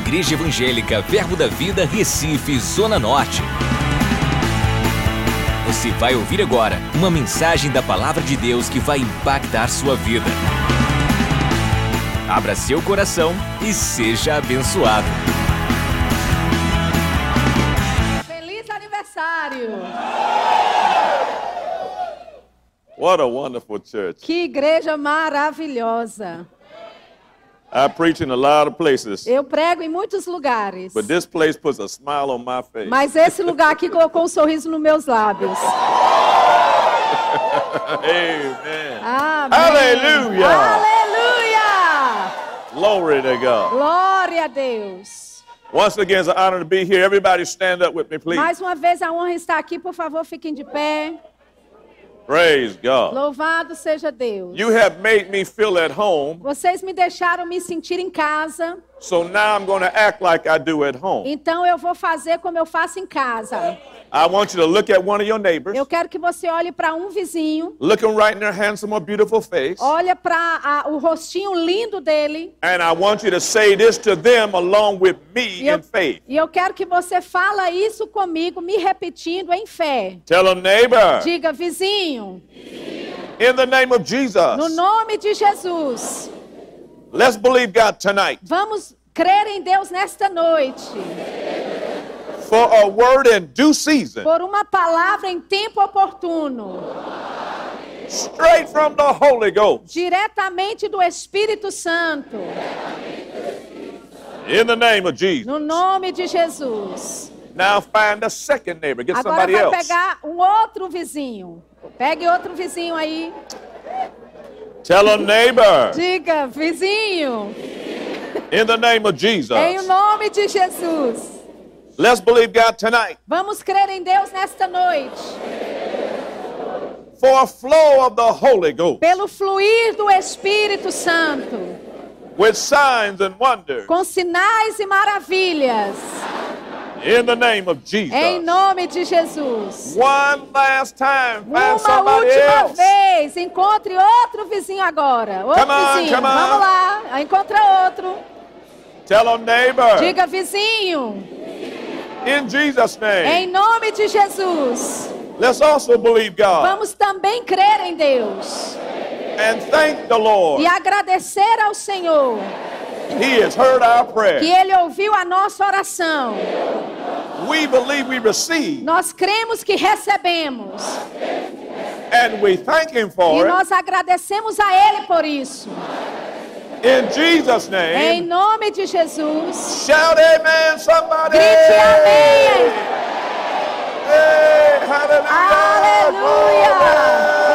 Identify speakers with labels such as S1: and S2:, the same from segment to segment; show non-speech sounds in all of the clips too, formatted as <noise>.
S1: Igreja Evangélica Verbo da Vida, Recife, Zona Norte. Você vai ouvir agora uma mensagem da Palavra de Deus que vai impactar sua vida. Abra seu coração e seja abençoado.
S2: Feliz aniversário!
S3: What a wonderful church.
S2: Que igreja maravilhosa!
S3: I preach in a lot of places,
S2: Eu prego em muitos lugares,
S3: but this place puts a smile on my face.
S2: mas esse lugar aqui colocou um sorriso nos meus lábios.
S3: Amen.
S2: Amém.
S3: Aleluia!
S2: Aleluia!
S3: Glory to God.
S2: Glória a Deus!
S3: Once again, it's an honor to be here. Everybody stand up with me, please.
S2: Mais uma vez a honra está aqui, por favor, fiquem de pé.
S3: Praise God.
S2: Louvado seja Deus!
S3: You have made me feel at home,
S2: Vocês me deixaram me sentir em casa,
S3: so now I'm going to act like I do at home.
S2: então eu vou fazer como eu faço em casa.
S3: I want you to look at one of your neighbors,
S2: Eu quero que você olhe para um vizinho,
S3: look him right in their handsome or beautiful face,
S2: olha para o rostinho lindo dele.
S3: and I want you to say this to them along with
S2: E
S3: me
S2: eu,
S3: in faith.
S2: e eu quero que você fala isso comigo, me repetindo em fé.
S3: Tell them, neighbor,
S2: Diga, vizinho,
S3: in the name of
S2: no
S3: Jesus,
S2: nome de Jesus,
S3: let's believe God tonight.
S2: vamos crer em Deus nesta noite,
S3: for a word in due season,
S2: por uma palavra em tempo oportuno,
S3: straight from the Holy Ghost,
S2: diretamente do Espírito Santo,
S3: in the name of Jesus.
S2: no nome de Jesus.
S3: Now find a second neighbor, get
S2: Agora
S3: somebody
S2: vai
S3: else.
S2: pegar um outro vizinho. Pegue outro vizinho aí.
S3: Tell a neighbor,
S2: Diga, vizinho,
S3: in the name
S2: em
S3: of
S2: o
S3: Jesus,
S2: nome de Jesus.
S3: let's believe God tonight
S2: Vamos crer em Deus nesta noite,
S3: for a flow of the Holy Ghost
S2: pelo fluir do Espírito Santo,
S3: with signs and wonders,
S2: com sinais e maravilhas,
S3: in the name of Jesus.
S2: em nome de Jesus.
S3: One last time,
S2: Uma
S3: find somebody
S2: última
S3: else.
S2: vez, encontre outro vizinho agora. Outro
S3: Come on,
S2: vizinho,
S3: come on.
S2: vamos lá, encontra outro.
S3: Tell a neighbor,
S2: Diga, vizinho,
S3: in Jesus'
S2: em
S3: name,
S2: nome de Jesus.
S3: let's also believe God
S2: Vamos também crer em Deus
S3: and thank the
S2: e
S3: Lord.
S2: agradecer ao Senhor
S3: He has heard our
S2: que
S3: prayer.
S2: Ele ouviu a nossa oração.
S3: We believe we receive.
S2: Nós cremos que recebemos.
S3: And we thank him
S2: E
S3: for it.
S2: nós agradecemos a Ele por isso.
S3: In Jesus'
S2: Em
S3: name.
S2: nome de Jesus.
S3: Shout amen, somebody.
S2: Grite amém.
S3: Hey, hallelujah.
S2: Aleluia.
S3: Glory.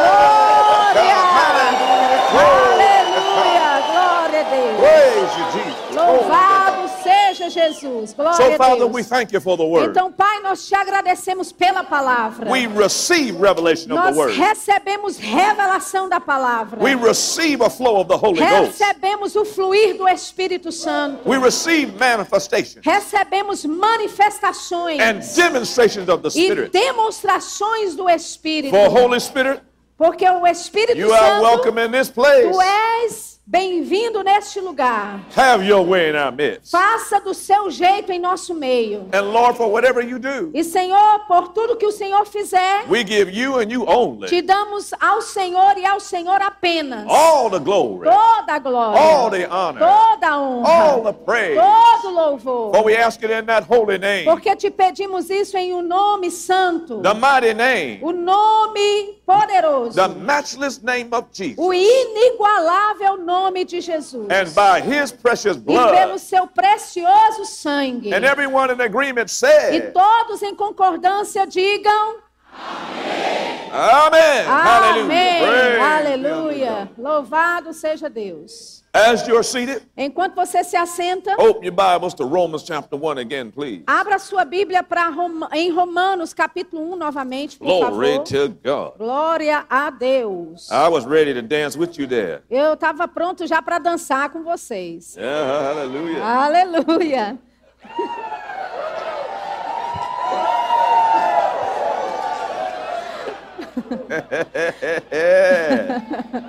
S2: Glória.
S3: Hallelujah.
S2: Aleluia. Glória a Deus.
S3: Praise you, Jesus.
S2: Louvado seja Jesus.
S3: So,
S2: Glória a
S3: Father, we
S2: Deus.
S3: thank you for the word.
S2: Então, Pai, nós te agradecemos pela palavra.
S3: We receive revelation of
S2: Nós
S3: the word.
S2: recebemos revelação da palavra.
S3: We receive a flow of the Holy Ghost.
S2: Recebemos o fluir do Espírito Santo.
S3: We receive manifestation
S2: Recebemos manifestações
S3: and demonstrations of the
S2: e
S3: Spirit.
S2: demonstrações do Espírito.
S3: For Holy Spirit,
S2: Porque o Espírito
S3: you are welcome
S2: Santo,
S3: in this place.
S2: tu és bem-vindo neste lugar.
S3: Have your way in our midst.
S2: Faça do seu jeito em nosso meio.
S3: And Lord, for whatever you do,
S2: E Senhor, por tudo que o Senhor fizer,
S3: we give you and you
S2: te
S3: only
S2: damos ao Senhor e ao Senhor apenas
S3: all the glory,
S2: toda a glória,
S3: all the honor,
S2: toda a
S3: all the
S2: honra,
S3: praise.
S2: todo o louvor.
S3: For we ask it in that holy name,
S2: Porque te pedimos isso em um nome santo,
S3: the mighty name,
S2: o nome poderoso,
S3: the matchless name of Jesus.
S2: o inigualável nome de Jesus.
S3: And by his precious
S2: e pelo
S3: blood.
S2: seu precioso sangue.
S3: And everyone in agreement
S2: E
S3: said,
S2: todos em concordância digam
S3: Amen.
S2: amém.
S3: Hallelujah. Praise
S2: Aleluia. Louvado seja Deus.
S3: As you're seated,
S2: Enquanto você se assenta,
S3: open your Bibles to Romans chapter 1 again, please.
S2: abra sua Bíblia pra Rom- em Romanos, capítulo 1, novamente, por
S3: Glory
S2: favor.
S3: to God.
S2: Glória a Deus.
S3: I was ready to dance with you there.
S2: Eu estava pronto já para dançar com vocês.
S3: Yeah, hallelujah.
S2: Aleluia.
S3: <laughs>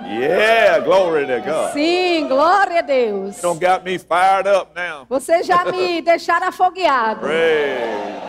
S3: yeah, glory to God.
S2: Sim, glória a Deus.
S3: You don't got me fired up now.
S2: Você já me deixaram afogueado.
S3: Praise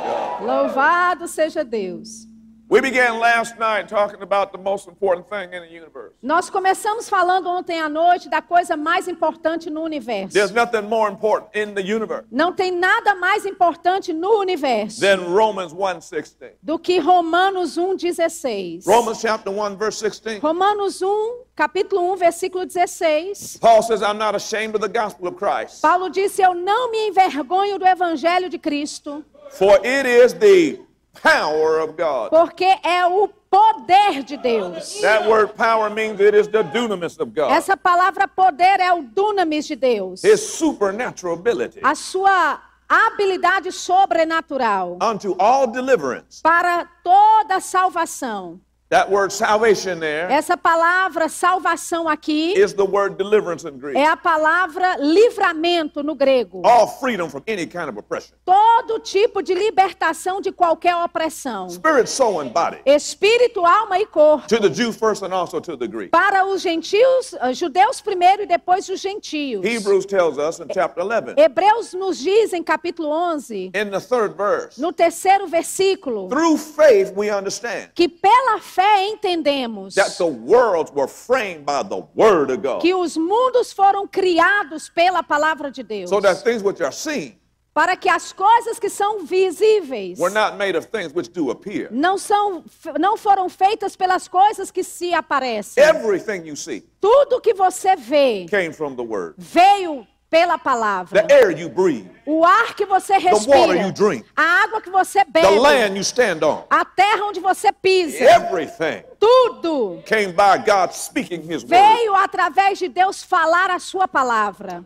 S3: God.
S2: Louvado seja Deus.
S3: We began last night talking about the most important thing in the universe.
S2: Nós começamos falando ontem à noite da coisa mais importante no universo.
S3: There's nothing more important in the universe
S2: Não tem nada mais importante no universo
S3: than Romans 1:16.
S2: do que Romanos 1:16.
S3: Romans chapter 1 verse 16.
S2: Romanos 1, capítulo 1, versículo 16.
S3: Paul says, "I'm not ashamed of the gospel of Christ,
S2: Paulo disse: Eu não me envergonho do evangelho de Cristo,
S3: for it is the power of God."
S2: porque é o poder de Deus.
S3: That word power means it is the dunamis of God.
S2: Essa palavra poder é o dunamis de Deus.
S3: His supernatural ability
S2: A sua habilidade sobrenatural
S3: unto all deliverance.
S2: para toda salvação.
S3: That word salvation there
S2: Essa palavra salvação aqui
S3: is the word deliverance in Greek.
S2: é a palavra livramento no grego.
S3: All freedom from any kind of oppression.
S2: Todo tipo de libertação de qualquer opressão,
S3: Spirit, soul, and body.
S2: espírito, alma e corpo.
S3: To the Jew first and also to the Greek.
S2: para os gentios, eh, judeus primeiro e depois os gentios.
S3: Hebrews tells us in chapter 11,
S2: Hebreus nos diz em capítulo 11,
S3: in the third verse,
S2: no terceiro versículo,
S3: through faith we understand
S2: que pela fé entendemos
S3: that the worlds were framed by the word of God.
S2: que os mundos foram criados pela palavra de Deus,
S3: So that things which are seen
S2: para que as coisas que são visíveis
S3: were not made of things which do appear.
S2: não, são, não foram feitas pelas coisas que se aparecem.
S3: Everything you see
S2: Tudo que você vê
S3: came from the word.
S2: veio pela palavra.
S3: The air you breathe,
S2: O ar que você
S3: water
S2: respira,
S3: you drink.
S2: a água que você
S3: the
S2: bebe,
S3: land you stand on,
S2: A terra onde você pisa,
S3: everything
S2: tudo
S3: came by God speaking his word.
S2: veio através de Deus falar a sua palavra.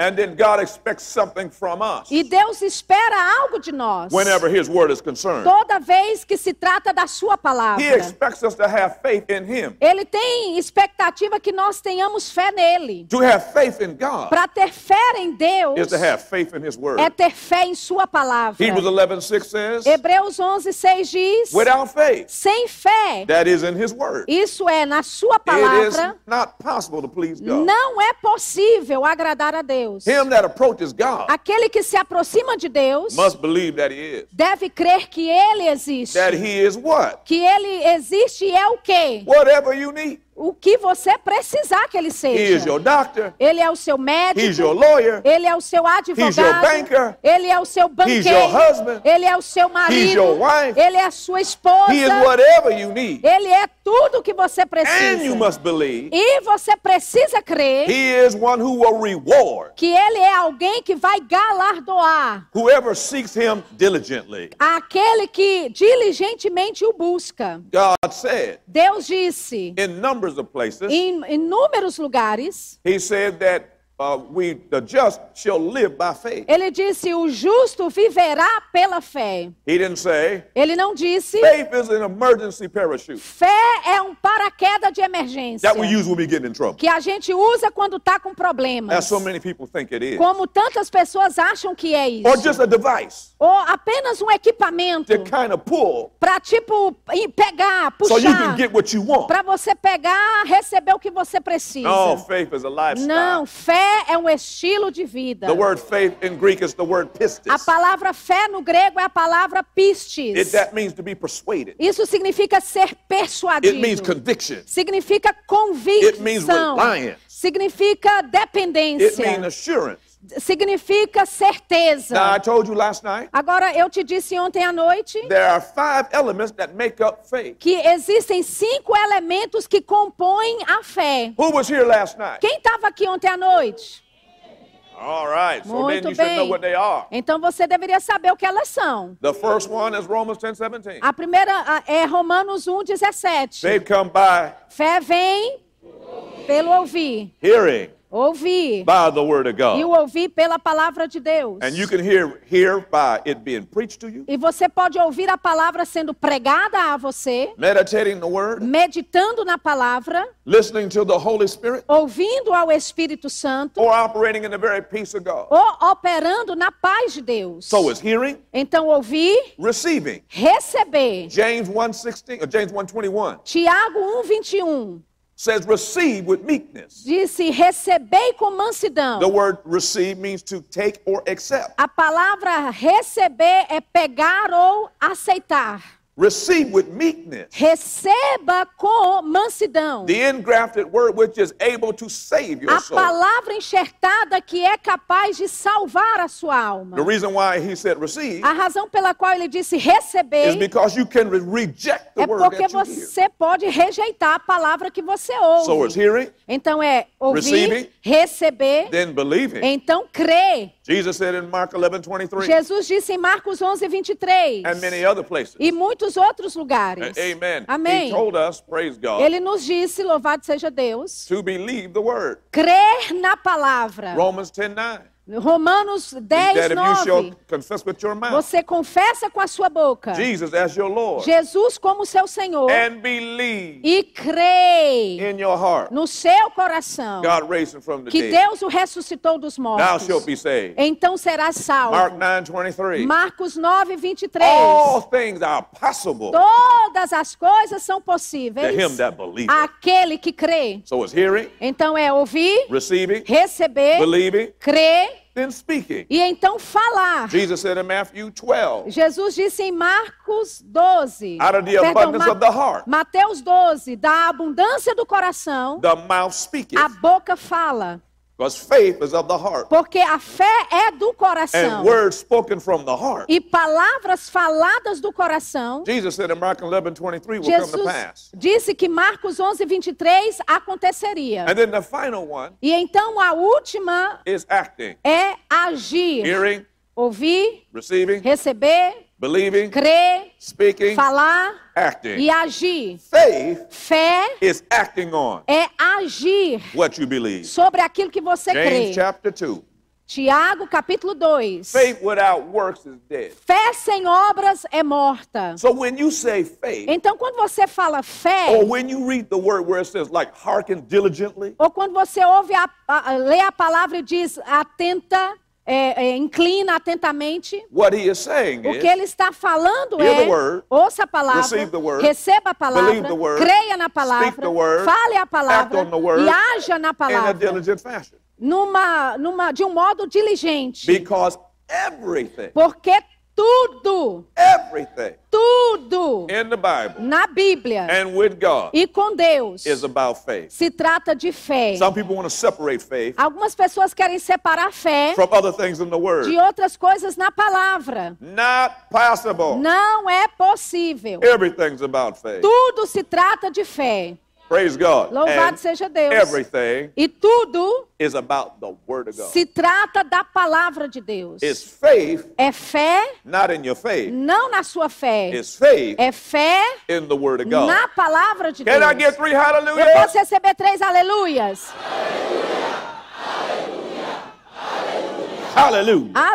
S3: And then God expects something from us
S2: E Deus espera algo de nós.
S3: whenever his word is concerned.
S2: Toda vez que se trata da sua palavra.
S3: He expects us to have faith in him,
S2: Ele tem expectativa que nós tenhamos fé nele.
S3: to have faith in God.
S2: Para ter fé em Deus
S3: is to have faith in His Word.
S2: é ter fé em sua palavra.
S3: Hebrews 11 6 says,
S2: Hebreus 11, 6 diz:
S3: without faith,
S2: sem fé,
S3: that is in His Word,
S2: isso é, na sua
S3: it is
S2: palavra,
S3: not possible to please God.
S2: não é possível agradar a Deus.
S3: Him that approaches God
S2: Aquele que se aproxima de Deus
S3: must believe that He is.
S2: deve crer que ele existe.
S3: That He is what?
S2: Que ele existe e é o quê?
S3: Whatever you need.
S2: O que você precisar que ele
S3: He is
S2: seja.
S3: your doctor,
S2: Ele é o seu
S3: He's
S2: médico.
S3: your lawyer,
S2: Ele é o seu
S3: He's your
S2: advogado.
S3: banker.
S2: Ele é o seu
S3: your
S2: banqueiro.
S3: husband.
S2: Ele é o seu
S3: He's
S2: marido.
S3: your wife.
S2: Ele é a sua
S3: He is
S2: esposa.
S3: whatever you need.
S2: Ele é tudo que você
S3: And you
S2: precisa.
S3: must believe
S2: E você precisa crer
S3: He is one who will reward
S2: que ele é alguém que vai galardoar
S3: whoever seeks Him diligently.
S2: aquele que diligentemente o busca.
S3: God said
S2: Deus disse
S3: in numbers of places,
S2: em inúmeros lugares,
S3: He said that uh, we, the just, shall live by faith.
S2: ele disse: o justo viverá pela fé.
S3: He didn't say
S2: Ele não disse:
S3: faith is an emergency parachute
S2: fé é um paraquedas de emergência
S3: that we use when we get in trouble.
S2: que a gente usa quando está com problemas,
S3: As so many people think it is,
S2: como tantas pessoas acham que é isso,
S3: or just a device
S2: ou apenas um equipamento
S3: to kind of pull
S2: para tipo em- pegar,
S3: so you can
S2: puxar,
S3: get what you want.
S2: para você pegar, receber o que você precisa.
S3: No, faith is a
S2: Não,
S3: lifestyle.
S2: fé é um estilo de vida.
S3: The word faith in Greek is the word
S2: A
S3: pistis.
S2: palavra fé no grego é a palavra
S3: It,
S2: pistes.
S3: that means to be persuaded.
S2: Isso significa ser
S3: It means
S2: persuadido.
S3: conviction.
S2: Significa
S3: It means
S2: convicção.
S3: reliance.
S2: Significa
S3: It means
S2: dependência.
S3: assurance.
S2: Significa
S3: Now I
S2: certeza.
S3: told you last night
S2: Agora, eu te disse ontem à noite
S3: there are five elements that make up faith.
S2: que existem cinco elementos que compõem a fé.
S3: Who was here last night?
S2: Quem estava aqui ontem à noite?
S3: All right. So then
S2: Muito
S3: you should know
S2: bem.
S3: what they are.
S2: Então você deveria saber o que elas são.
S3: The first one is Romans 10 17.
S2: A primeira ah, é Romanos 1, 17.
S3: Faith come by
S2: Fé vem pelo ouvir.
S3: hearing,
S2: Ouvir.
S3: by the Word of
S2: E o
S3: God.
S2: ouvir pela palavra de Deus.
S3: And you can hear, hear by it being preached to you,
S2: E você pode ouvir a palavra sendo pregada a você,
S3: meditating the Word,
S2: meditando na palavra,
S3: listening to the Holy Spirit,
S2: ouvindo ao Espírito Santo
S3: or operating in the very peace of God.
S2: ou operando na paz de Deus.
S3: So it's hearing,
S2: Então, ouvir,
S3: receiving.
S2: receber.
S3: James 1.16, or James 1.21
S2: Tiago 1,21
S3: says, receive with meekness.
S2: disse: recebei com
S3: The
S2: mansidão.
S3: word receive means to take or accept.
S2: A palavra receber é pegar ou aceitar.
S3: Receive with meekness.
S2: Receba com mansidão.
S3: The engrafted word which is able to save your
S2: A
S3: soul.
S2: palavra enxertada que é capaz de salvar a sua
S3: The
S2: alma.
S3: reason why he said receive
S2: A razão pela qual ele disse
S3: is
S2: receber
S3: because you can re- reject the
S2: é
S3: word
S2: porque
S3: that you hear.
S2: você pode rejeitar a palavra que você
S3: So it's
S2: ouve.
S3: hearing,
S2: Então é
S3: Receiving.
S2: ouvir, receber,
S3: then believing.
S2: então crer.
S3: Jesus said in Mark 11, 23
S2: Jesus disse em Marcos 11, 23.
S3: and many other places.
S2: E muitos outros lugares.
S3: A- Amen. He
S2: Amém.
S3: told us, praise God,
S2: Ele nos disse, louvado seja Deus,
S3: to believe the word.
S2: crer na palavra.
S3: Romans 10, 9.
S2: Romanos
S3: that
S2: 10,
S3: if you
S2: 9.
S3: shall confess with your mouth
S2: Você confessa com a sua boca
S3: Jesus as your Lord
S2: Jesus como seu Senhor
S3: and believe
S2: e crê
S3: in your heart
S2: no seu coração
S3: God raised him from the
S2: que
S3: dead.
S2: Deus o ressuscitou dos
S3: Thou shalt
S2: mortos.
S3: be saved.
S2: Então será
S3: Mark
S2: salvo.
S3: 9, 23.
S2: Marcos 9, 23.
S3: All things are possible
S2: Todas as coisas são
S3: to
S2: possíveis
S3: him that believeth.
S2: àquele que crê.
S3: So it's hearing,
S2: Então é ouvir,
S3: receiving,
S2: receber,
S3: believing,
S2: crer
S3: then speaking.
S2: e então falar.
S3: Jesus said in Matthew 12,
S2: Jesus disse em Marcos 12,
S3: Out of the abundance of the heart.
S2: Mateus 12, da abundância do coração,
S3: the mouth speaketh.
S2: a boca fala,
S3: Because faith is of the heart.
S2: porque a fé é do coração.
S3: And words spoken from the heart.
S2: E palavras faladas do coração,
S3: Jesus said in Mark 11, 23 will come to
S2: Jesus
S3: pass.
S2: disse que Marcos 11, 23 aconteceria.
S3: And then the final one
S2: E então a última
S3: is acting.
S2: é agir,
S3: Hearing,
S2: ouvir,
S3: receiving,
S2: receber,
S3: believing,
S2: crer,
S3: speaking,
S2: falar e
S3: acting.
S2: agir.
S3: Faith
S2: Fé
S3: is acting on
S2: é agir
S3: what you believe.
S2: sobre aquilo que você crê.
S3: James chapter 2.
S2: Tiago, capítulo 2.
S3: Faith without works is dead.
S2: Fé sem obras é morta.
S3: So when you say faith,
S2: Então, quando você fala fé,
S3: or when you read the word where it says, like, hearken diligently,
S2: ou quando você ouve a, a- a- lê a palavra e diz atenta, é, é, inclina atentamente,
S3: what he is saying
S2: o
S3: is,
S2: que ele está falando
S3: Hear
S2: é:
S3: the word.
S2: ouça a palavra,
S3: Receive the word.
S2: receba a palavra,
S3: Believe the word.
S2: creia na palavra,
S3: Speak the word.
S2: fale a palavra
S3: Act on the word.
S2: e haja na
S3: in a
S2: palavra
S3: diligent fashion.
S2: numa, numa, de um modo diligente.
S3: Because everything,
S2: Porque tudo,
S3: everything
S2: tudo
S3: in the Bible
S2: na Bíblia
S3: and with God
S2: e com Deus
S3: is about faith.
S2: se trata de fé.
S3: Some people want to separate faith
S2: Algumas pessoas querem separar a fé
S3: from other things in the
S2: de
S3: Word.
S2: outras coisas na palavra.
S3: Not possible.
S2: Não é possível.
S3: Everything's about faith.
S2: Tudo se trata de fé.
S3: Praise God.
S2: Louvado
S3: And
S2: seja Deus.
S3: Everything
S2: E tudo
S3: is about the Word of God.
S2: se trata da palavra de Deus.
S3: It's faith,
S2: É fé,
S3: not in your faith.
S2: não na sua fé.
S3: It's faith
S2: É fé
S3: in the Word of God.
S2: na palavra de
S3: Can I
S2: Deus.
S3: get three
S2: Eu
S3: hallelujahs?
S2: posso receber três aleluias?
S3: Hallelujah.
S2: Ah.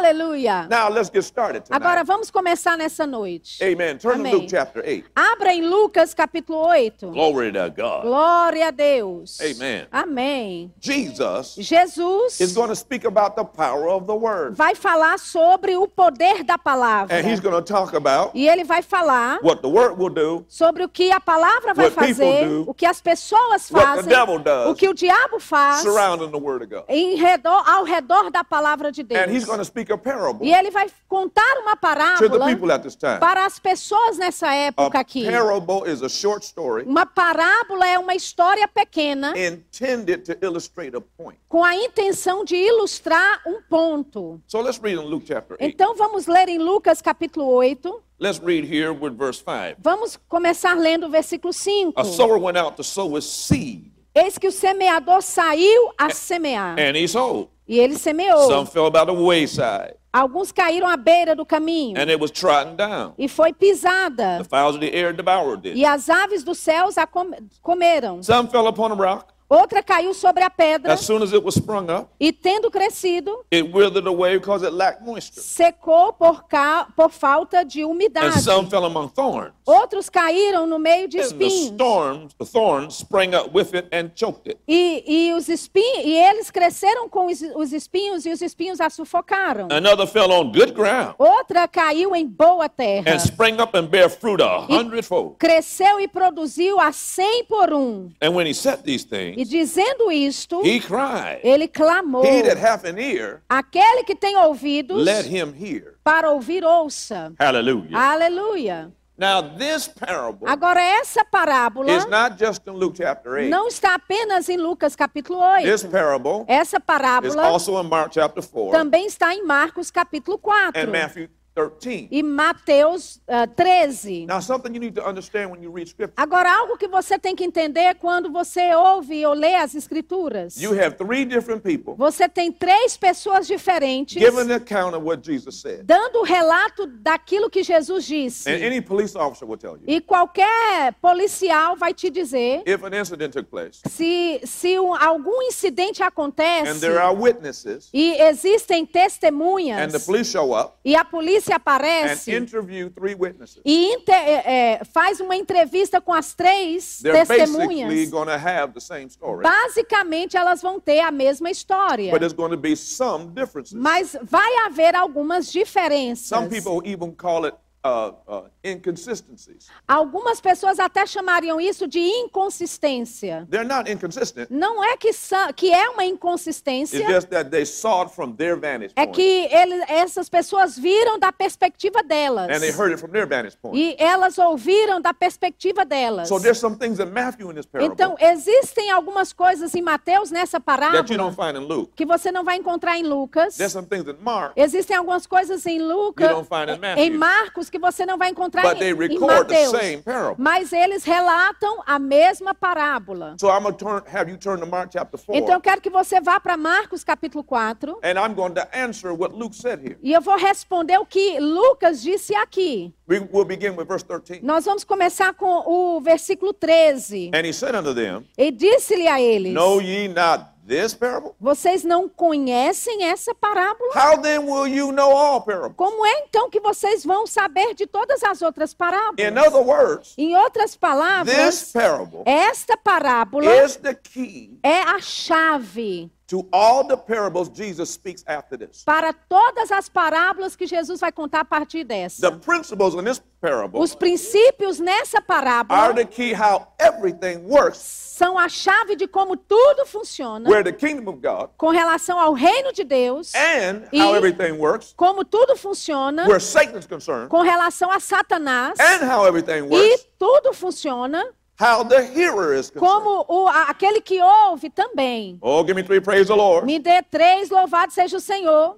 S2: Aleluia.
S3: Now let's get started tonight.
S2: Agora vamos começar nessa noite.
S3: Amen. Turn
S2: Amém.
S3: to Luke chapter 8.
S2: Abra em Lucas capítulo 8.
S3: Glory to God.
S2: Glória a Deus.
S3: Amen.
S2: Amém.
S3: Jesus
S2: Jesus
S3: is going to speak about the power of the Word.
S2: vai falar sobre o poder da palavra.
S3: And he's going to talk about
S2: E ele vai falar
S3: what the Word will do,
S2: sobre o que a palavra vai
S3: What people
S2: fazer,
S3: do.
S2: o que as pessoas
S3: What the
S2: fazem,
S3: devil does.
S2: o que o diabo faz
S3: surrounding the Word of God.
S2: em redor, ao redor da palavra de Deus.
S3: And he's going to speak a parable
S2: E ele vai contar uma
S3: to the people
S2: parábola
S3: at this time.
S2: para as pessoas nessa
S3: A
S2: época aqui.
S3: parable is a short story
S2: Uma parábola é uma história pequena
S3: É. intended to illustrate a point.
S2: com a intenção de ilustrar um ponto.
S3: So let's read in Luke chapter 8.
S2: Então vamos ler em Lucas capítulo 8.
S3: Let's read here with verse 5.
S2: Vamos começar lendo o versículo 5.
S3: A sower went out to sow his seed,
S2: Eis que o semeador saiu a semear.
S3: and he sowed.
S2: E ele
S3: Some
S2: semeou.
S3: fell by the wayside,
S2: Alguns caíram à beira do caminho
S3: and it was trodden down.
S2: e foi pisada.
S3: The fowls of the air devoured it.
S2: E as aves dos céus a com- comeram.
S3: Some fell upon a rock,
S2: outra caiu sobre a pedra,
S3: As soon as it was sprung up,
S2: e tendo crescido,
S3: it withered away because it lacked moisture.
S2: secou por, ca... por falta de
S3: And
S2: umidade.
S3: some fell among thorns.
S2: Outros caíram no meio de
S3: And the
S2: espinhos.
S3: storms, the thorns sprang up with it and choked it.
S2: E, e os espinhos, e eles cresceram com os, os espinhos e os espinhos a sufocaram.
S3: Another fell on good ground
S2: Outra caiu em boa terra.
S3: and sprang up and bare fruit a hundredfold.
S2: Cresceu e produziu a cem por um.
S3: And when he said these
S2: E
S3: things,
S2: dizendo isto,
S3: he cried,
S2: ele clamou:
S3: He that hath an ear,
S2: Aquele que tem ouvidos
S3: let him hear.
S2: para ouvir, ouça.
S3: Hallelujah.
S2: Aleluia.
S3: Now, this parable
S2: Agora, essa parábola
S3: is not just in Luke chapter 8.
S2: não está apenas em Lucas capítulo
S3: This
S2: 8.
S3: parable
S2: Essa
S3: is
S2: parábola
S3: also in Mark chapter 4
S2: também está em Marcos capítulo 4
S3: and Matthew 13.
S2: e Mateus ah, 13.
S3: Now, something you need to understand when you read scripture
S2: Agora, algo que você tem que entender é quando você ouve ou lê as escrituras.
S3: you have three different people
S2: Você tem três pessoas diferentes
S3: giving an account of what Jesus said.
S2: dando o relato daquilo que Jesus
S3: And
S2: disse.
S3: any police officer will tell you
S2: E qualquer policial vai te dizer
S3: if an incident took place
S2: se, se um- algum incidente
S3: and
S2: acontece
S3: there are witnesses
S2: e existem
S3: and
S2: testemunhas
S3: the police show up
S2: e a polícia
S3: and
S2: aparece
S3: interview three witnesses,
S2: e inte- é, é, faz uma entrevista com as três
S3: they're basically
S2: testemunhas,
S3: going to have the same story,
S2: basicamente elas vão ter a mesma história.
S3: but uh, there's going to be some differences.
S2: Mas vai haver algumas diferenças.
S3: Some people even call it uh, uh, inconsistencies.
S2: Algumas pessoas até chamariam isso de inconsistência.
S3: They're not inconsistent.
S2: Não é que, sa- que é uma
S3: It's
S2: inconsistência,
S3: just that they saw it from their vantage
S2: é
S3: point.
S2: que ele- essas pessoas viram da perspectiva delas.
S3: And they heard it from their vantage point.
S2: E elas ouviram da perspectiva delas.
S3: So there's some things in Matthew in this parable
S2: Então, existem algumas coisas em Mateus nessa
S3: that you
S2: parábola
S3: don't find in Luke.
S2: que você não vai encontrar em Lucas.
S3: There's some things in Mark,
S2: Existem algumas coisas em Lucas,
S3: You don't find in Matthew.
S2: em Marcos, que você não vai encontrar
S3: but
S2: em,
S3: they
S2: em
S3: record the
S2: Mateus.
S3: same parable.
S2: Mas eles relatam a mesma parábola.
S3: So I'm going to turn, have you turn to Mark chapter 4,
S2: Então eu quero que você vá para Marcos capítulo 4
S3: and I'm going to answer what Luke said here.
S2: e eu vou responder o que Lucas disse aqui.
S3: We will begin with verse 13.
S2: Nós vamos começar com o versículo 13.
S3: And he said unto them,
S2: E disse-lhe a eles:
S3: Know ye not this parable?
S2: Vocês não conhecem essa parábola?
S3: How then will you know all parables?
S2: Como é então que vocês vão saber de todas as outras
S3: In
S2: parábolas?
S3: other words,
S2: Em outras
S3: this
S2: palavras,
S3: parable
S2: esta parábola
S3: is the key
S2: é a chave
S3: to all the parables Jesus speaks after this.
S2: para todas as parábolas que Jesus vai contar a partir
S3: The
S2: dessa.
S3: principles in this parable
S2: Os princípios nessa
S3: are the
S2: parábola
S3: key how everything works
S2: são a chave de como tudo funciona
S3: where the kingdom of God
S2: com relação ao reino de Deus,
S3: and how
S2: E-
S3: everything works
S2: como tudo funciona
S3: where Satan's concerned
S2: com relação a Satanás
S3: and how everything
S2: e
S3: works
S2: tudo funciona
S3: how the hearer is concerned.
S2: como o- a- aquele que ouve também.
S3: Oh, give me three, praise the Lord.
S2: Me dê três, louvado seja o Senhor.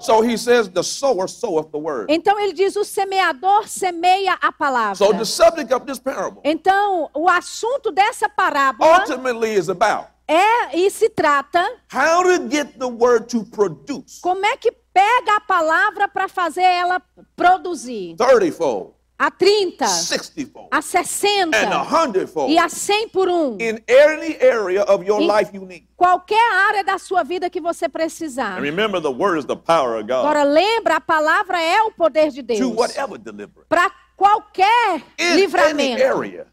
S3: So he says, the sower soweth the word.
S2: Então ele diz: o semeador semeia a palavra.
S3: So the subject of this parable
S2: Então, o assunto dessa parábola
S3: ultimately is about
S2: é e se trata
S3: how to get the word to produce
S2: como é que pega a palavra para fazer ela produzir
S3: thirtyfold,
S2: a 30,
S3: sixtyfold,
S2: a 60
S3: and a hundredfold
S2: e a 100 por um.
S3: in any area of your
S2: In-
S3: life you need.
S2: Qualquer área da sua vida que você precisar.
S3: And remember, the word is the power of God
S2: Agora lembra, a palavra é o poder de
S3: to
S2: Deus
S3: whatever deliverance.
S2: para qualquer
S3: In any
S2: livramento.
S3: area,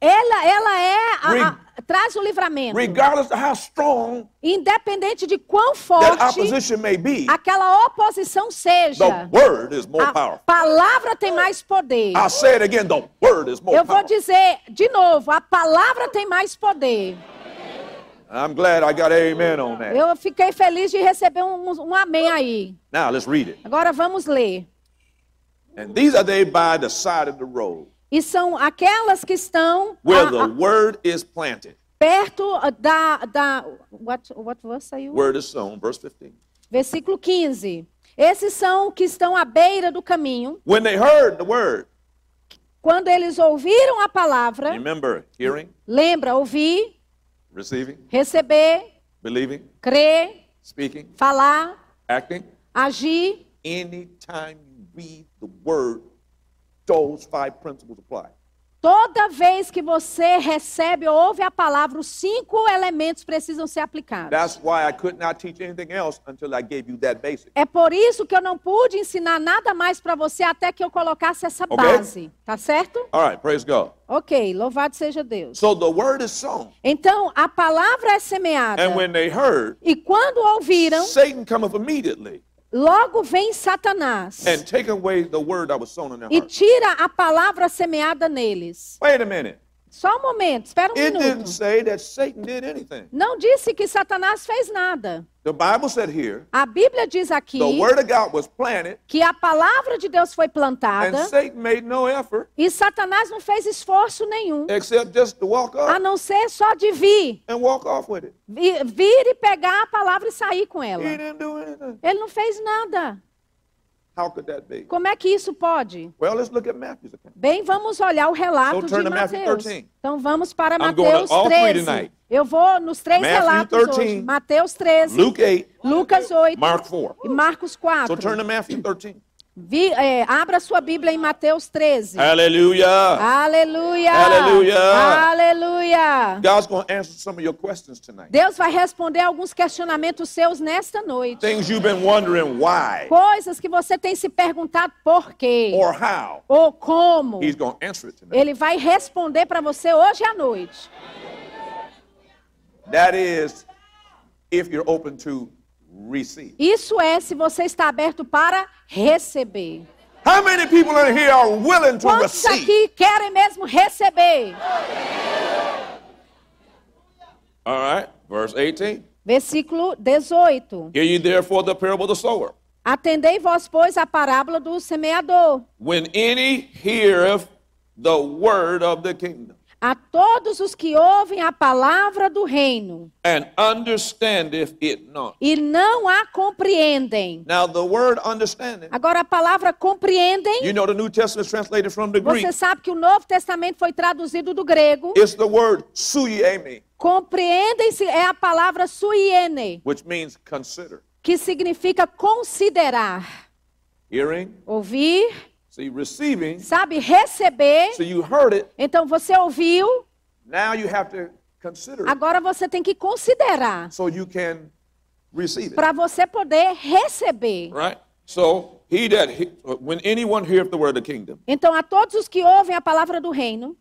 S2: Ela ela é a- a- traz o livramento,
S3: regardless of how strong
S2: independente de quão
S3: that
S2: forte
S3: opposition may be,
S2: aquela oposição
S3: the
S2: seja.
S3: word is more
S2: A
S3: powerful.
S2: palavra tem mais poder.
S3: I'll say it again, the word is more
S2: Eu vou
S3: powerful.
S2: dizer de novo, a palavra tem mais poder.
S3: I'm glad I got amen on that.
S2: Eu fiquei feliz de receber um, um amém aí.
S3: Now let's read it.
S2: Agora vamos ler.
S3: And these are they by the side of the road
S2: E são aquelas que estão
S3: where
S2: a-
S3: the
S2: a-
S3: word is planted.
S2: perto ah, da da what what verse are you?
S3: Word is sown, verse 15.
S2: Versículo 15. Esses são que estão à beira do caminho.
S3: When they heard the word,
S2: Quando eles ouviram a palavra,
S3: remember hearing,
S2: lembra ouvir,
S3: receiving,
S2: receber,
S3: believing,
S2: crer,
S3: speaking,
S2: falar,
S3: acting.
S2: agir.
S3: Anytime you read the word those five principles apply.
S2: Toda vez que você recebe ou ouve a palavra, os cinco elementos precisam ser aplicados.
S3: That's why I could not teach anything else until I gave you that basic.
S2: É por isso que eu não pude ensinar nada mais para você até que eu colocasse essa
S3: Ok.
S2: base. Tá certo?
S3: All right, praise God.
S2: Ok, louvado seja Deus.
S3: So the word is sown,
S2: Então, a palavra é semeada.
S3: and when they heard,
S2: E quando ouviram,
S3: Satan cometh immediately
S2: logo vem Satanás
S3: and take away the word that was sown in their
S2: e
S3: heart.
S2: tira a palavra semeada neles.
S3: Wait a minute.
S2: Só um momento, espera um
S3: It didn't
S2: minuto.
S3: say that Satan did anything.
S2: Não disse que Satanás fez nada.
S3: The Bible said here,
S2: A Bíblia diz aqui
S3: the word of God was planted,
S2: que a palavra de Deus foi
S3: and
S2: plantada
S3: Satan made no effort
S2: e Satanás não fez esforço nenhum,
S3: except just to walk
S2: a
S3: up
S2: não ser só de vir,
S3: and walk off with it.
S2: vi- vir e pegar a palavra e sair com
S3: He
S2: ela.
S3: didn't do anything.
S2: Ele não fez nada.
S3: How could that be?
S2: Como é que isso pode?
S3: Well, let's look at Matthew's account.
S2: Bem, vamos olhar o relato
S3: So
S2: de
S3: turn to Matthew
S2: Mateus.
S3: 13.
S2: Então vamos para
S3: I'm going to
S2: Mateus
S3: all three
S2: 13.
S3: tonight.
S2: Eu vou nos três
S3: Matthew
S2: relatos
S3: 13,
S2: hoje. Mateus 13,
S3: Luke 8,
S2: Lucas 8
S3: Mark 4.
S2: e Marcos
S3: So
S2: 4.
S3: turn to Matthew 13.
S2: Vi- é, abra sua Bíblia em Mateus 13.
S3: Hallelujah.
S2: Aleluia!
S3: É. Aleluia!
S2: Aleluia!
S3: God's going to answer some of your questions tonight.
S2: Deus vai responder alguns questionamentos seus nesta noite.
S3: Things you've been wondering why
S2: Coisas que você tem se perguntado por quê
S3: or how.
S2: ou como.
S3: He's going to answer it tonight.
S2: Ele vai responder para você hoje à noite.
S3: That is, if you're open to receive.
S2: Isso é se você está aberto para receber.
S3: How many people in here are willing to
S2: Quantos
S3: receive?
S2: aqui querem mesmo receber?
S3: All right, verse 18.
S2: Versículo 18.
S3: Hear ye therefore the parable of the sower.
S2: Atendei vós, pois, à parábola do semeador.
S3: When any heareth the word of the kingdom
S2: A todos os que ouvem a palavra do reino
S3: and understandeth it not.
S2: e não a compreendem.
S3: Now, the word understanding,
S2: Agora, a palavra compreendem,
S3: you know, the New Testament is translated from the Greek.
S2: você sabe que o Novo Testamento foi traduzido do grego.
S3: It's the word suiemi,
S2: Compreendem-se é a palavra suiene,
S3: which means consider.
S2: que significa considerar,
S3: Hearing,
S2: ouvir,
S3: see, receiving.
S2: sabe, receber.
S3: So you heard it.
S2: Então você ouviu,
S3: Now you have to consider it
S2: agora você tem que considerar
S3: so you can receive it.
S2: para você poder receber.
S3: Right? So he that he, when anyone heareth the word of the kingdom
S2: Então a todos os que ouvem a palavra do reino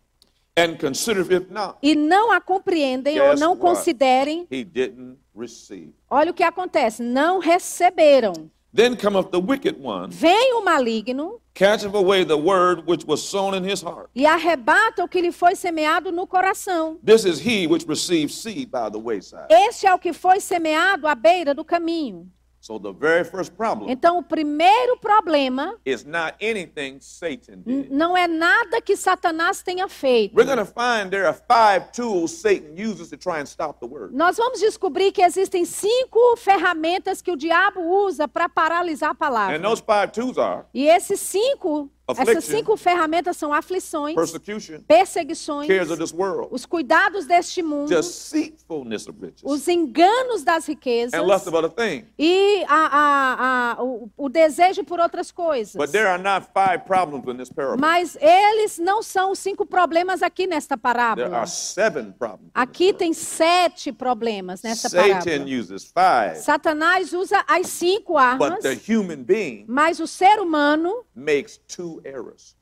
S3: and considereth it not,
S2: e não a compreendem ou
S3: Guess
S2: não
S3: what?
S2: considerem,
S3: he didn't receive.
S2: olha o que acontece, não receberam.
S3: Then cometh the wicked one,
S2: Vem o maligno
S3: catcheth away the word which was sown in his heart.
S2: e arrebata o que lhe foi semeado no coração.
S3: This is he which received seed by the wayside.
S2: Este é o que foi semeado à beira do caminho.
S3: So the very first problem
S2: Então o primeiro problema
S3: is not anything Satan
S2: n-
S3: did.
S2: não é nada que Satanás tenha feito.
S3: We're going to find there are five tools Satan uses to try and stop the word.
S2: Nós vamos descobrir que existem cinco ferramentas que o diabo usa para paralisar a palavra.
S3: And those five tools are
S2: E esses cinco,
S3: Affliction.
S2: essas cinco ferramentas são aflições,
S3: persecution,
S2: perseguições,
S3: cares of this world,
S2: os cuidados deste mundo,
S3: deceitfulness of riches,
S2: os enganos das
S3: and lust
S2: riquezas
S3: of other things.
S2: e a- a- a- o, o desejo por outras coisas.
S3: But there are not five problems in this parable.
S2: Mas eles não são os cinco problemas aqui nesta
S3: There
S2: parábola.
S3: are seven problems. in
S2: Aqui
S3: this
S2: tem sete problemas nesta
S3: parable. Satan
S2: parábola.
S3: uses five,
S2: Satanás usa as cinco armas.
S3: but the human being
S2: Mas o ser humano
S3: makes two errors.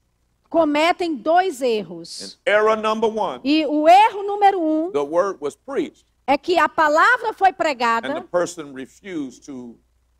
S2: cometem dois
S3: And
S2: erros.
S3: error number one,
S2: E o erro número um
S3: the word was preached,
S2: é que a palavra foi
S3: and the
S2: pregada
S3: person refused to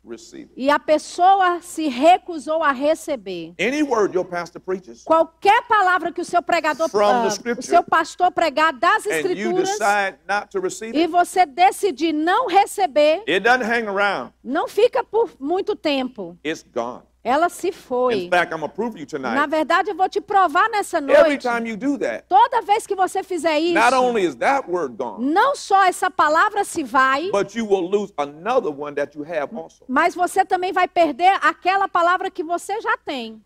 S3: receive it.
S2: e a pessoa se recusou a receber.
S3: Any word your pastor preaches,
S2: Qualquer palavra que o seu pregador,
S3: From the
S2: ah, o
S3: scripture.
S2: seu pastor pregar das
S3: and you
S2: escrituras
S3: decide not to receive
S2: e
S3: it,
S2: você decidir não receber,
S3: it doesn't hang around.
S2: não fica por muito tempo.
S3: It's gone.
S2: Ela se
S3: In
S2: foi.
S3: fact, I'm going to prove you
S2: Na
S3: tonight.
S2: verdade, eu vou te provar nessa
S3: Every
S2: noite.
S3: time you do that,
S2: Toda vez que você fizer isso,
S3: not only is that word gone,
S2: não só essa palavra se vai,
S3: but you will lose another one that you have also.
S2: Mas você também vai perder aquela palavra que você já tem.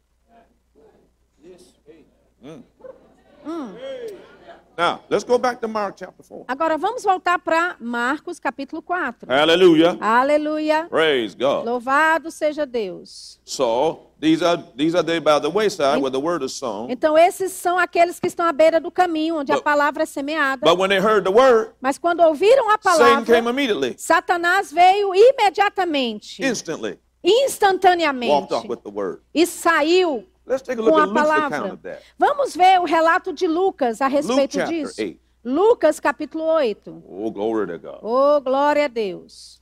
S3: Now, let's go back to Mark chapter 4.
S2: Agora vamos voltar para Marcos capítulo 4.
S3: Hallelujah.
S2: Aleluia.
S3: Praise God.
S2: Louvado seja Deus.
S3: So, these are these are they by the wayside where the word is sown.
S2: Então esses são aqueles que estão à beira do caminho, onde a
S3: But-
S2: palavra é semeada.
S3: But when they heard the word,
S2: Mas quando ouviram a
S3: Satan came
S2: palavra,
S3: immediately,
S2: Satanás veio imediatamente,
S3: instantly walked
S2: instantaneamente,
S3: off with the word.
S2: e saiu
S3: Let's take a look
S2: com a
S3: at Luke's account
S2: palavra.
S3: of that.
S2: Vamos ver o relato de Lucas a
S3: Luke
S2: respeito
S3: chapter
S2: disso.
S3: 8.
S2: Lucas capítulo 8.
S3: Oh, glory to God.
S2: Oh, glória a Deus.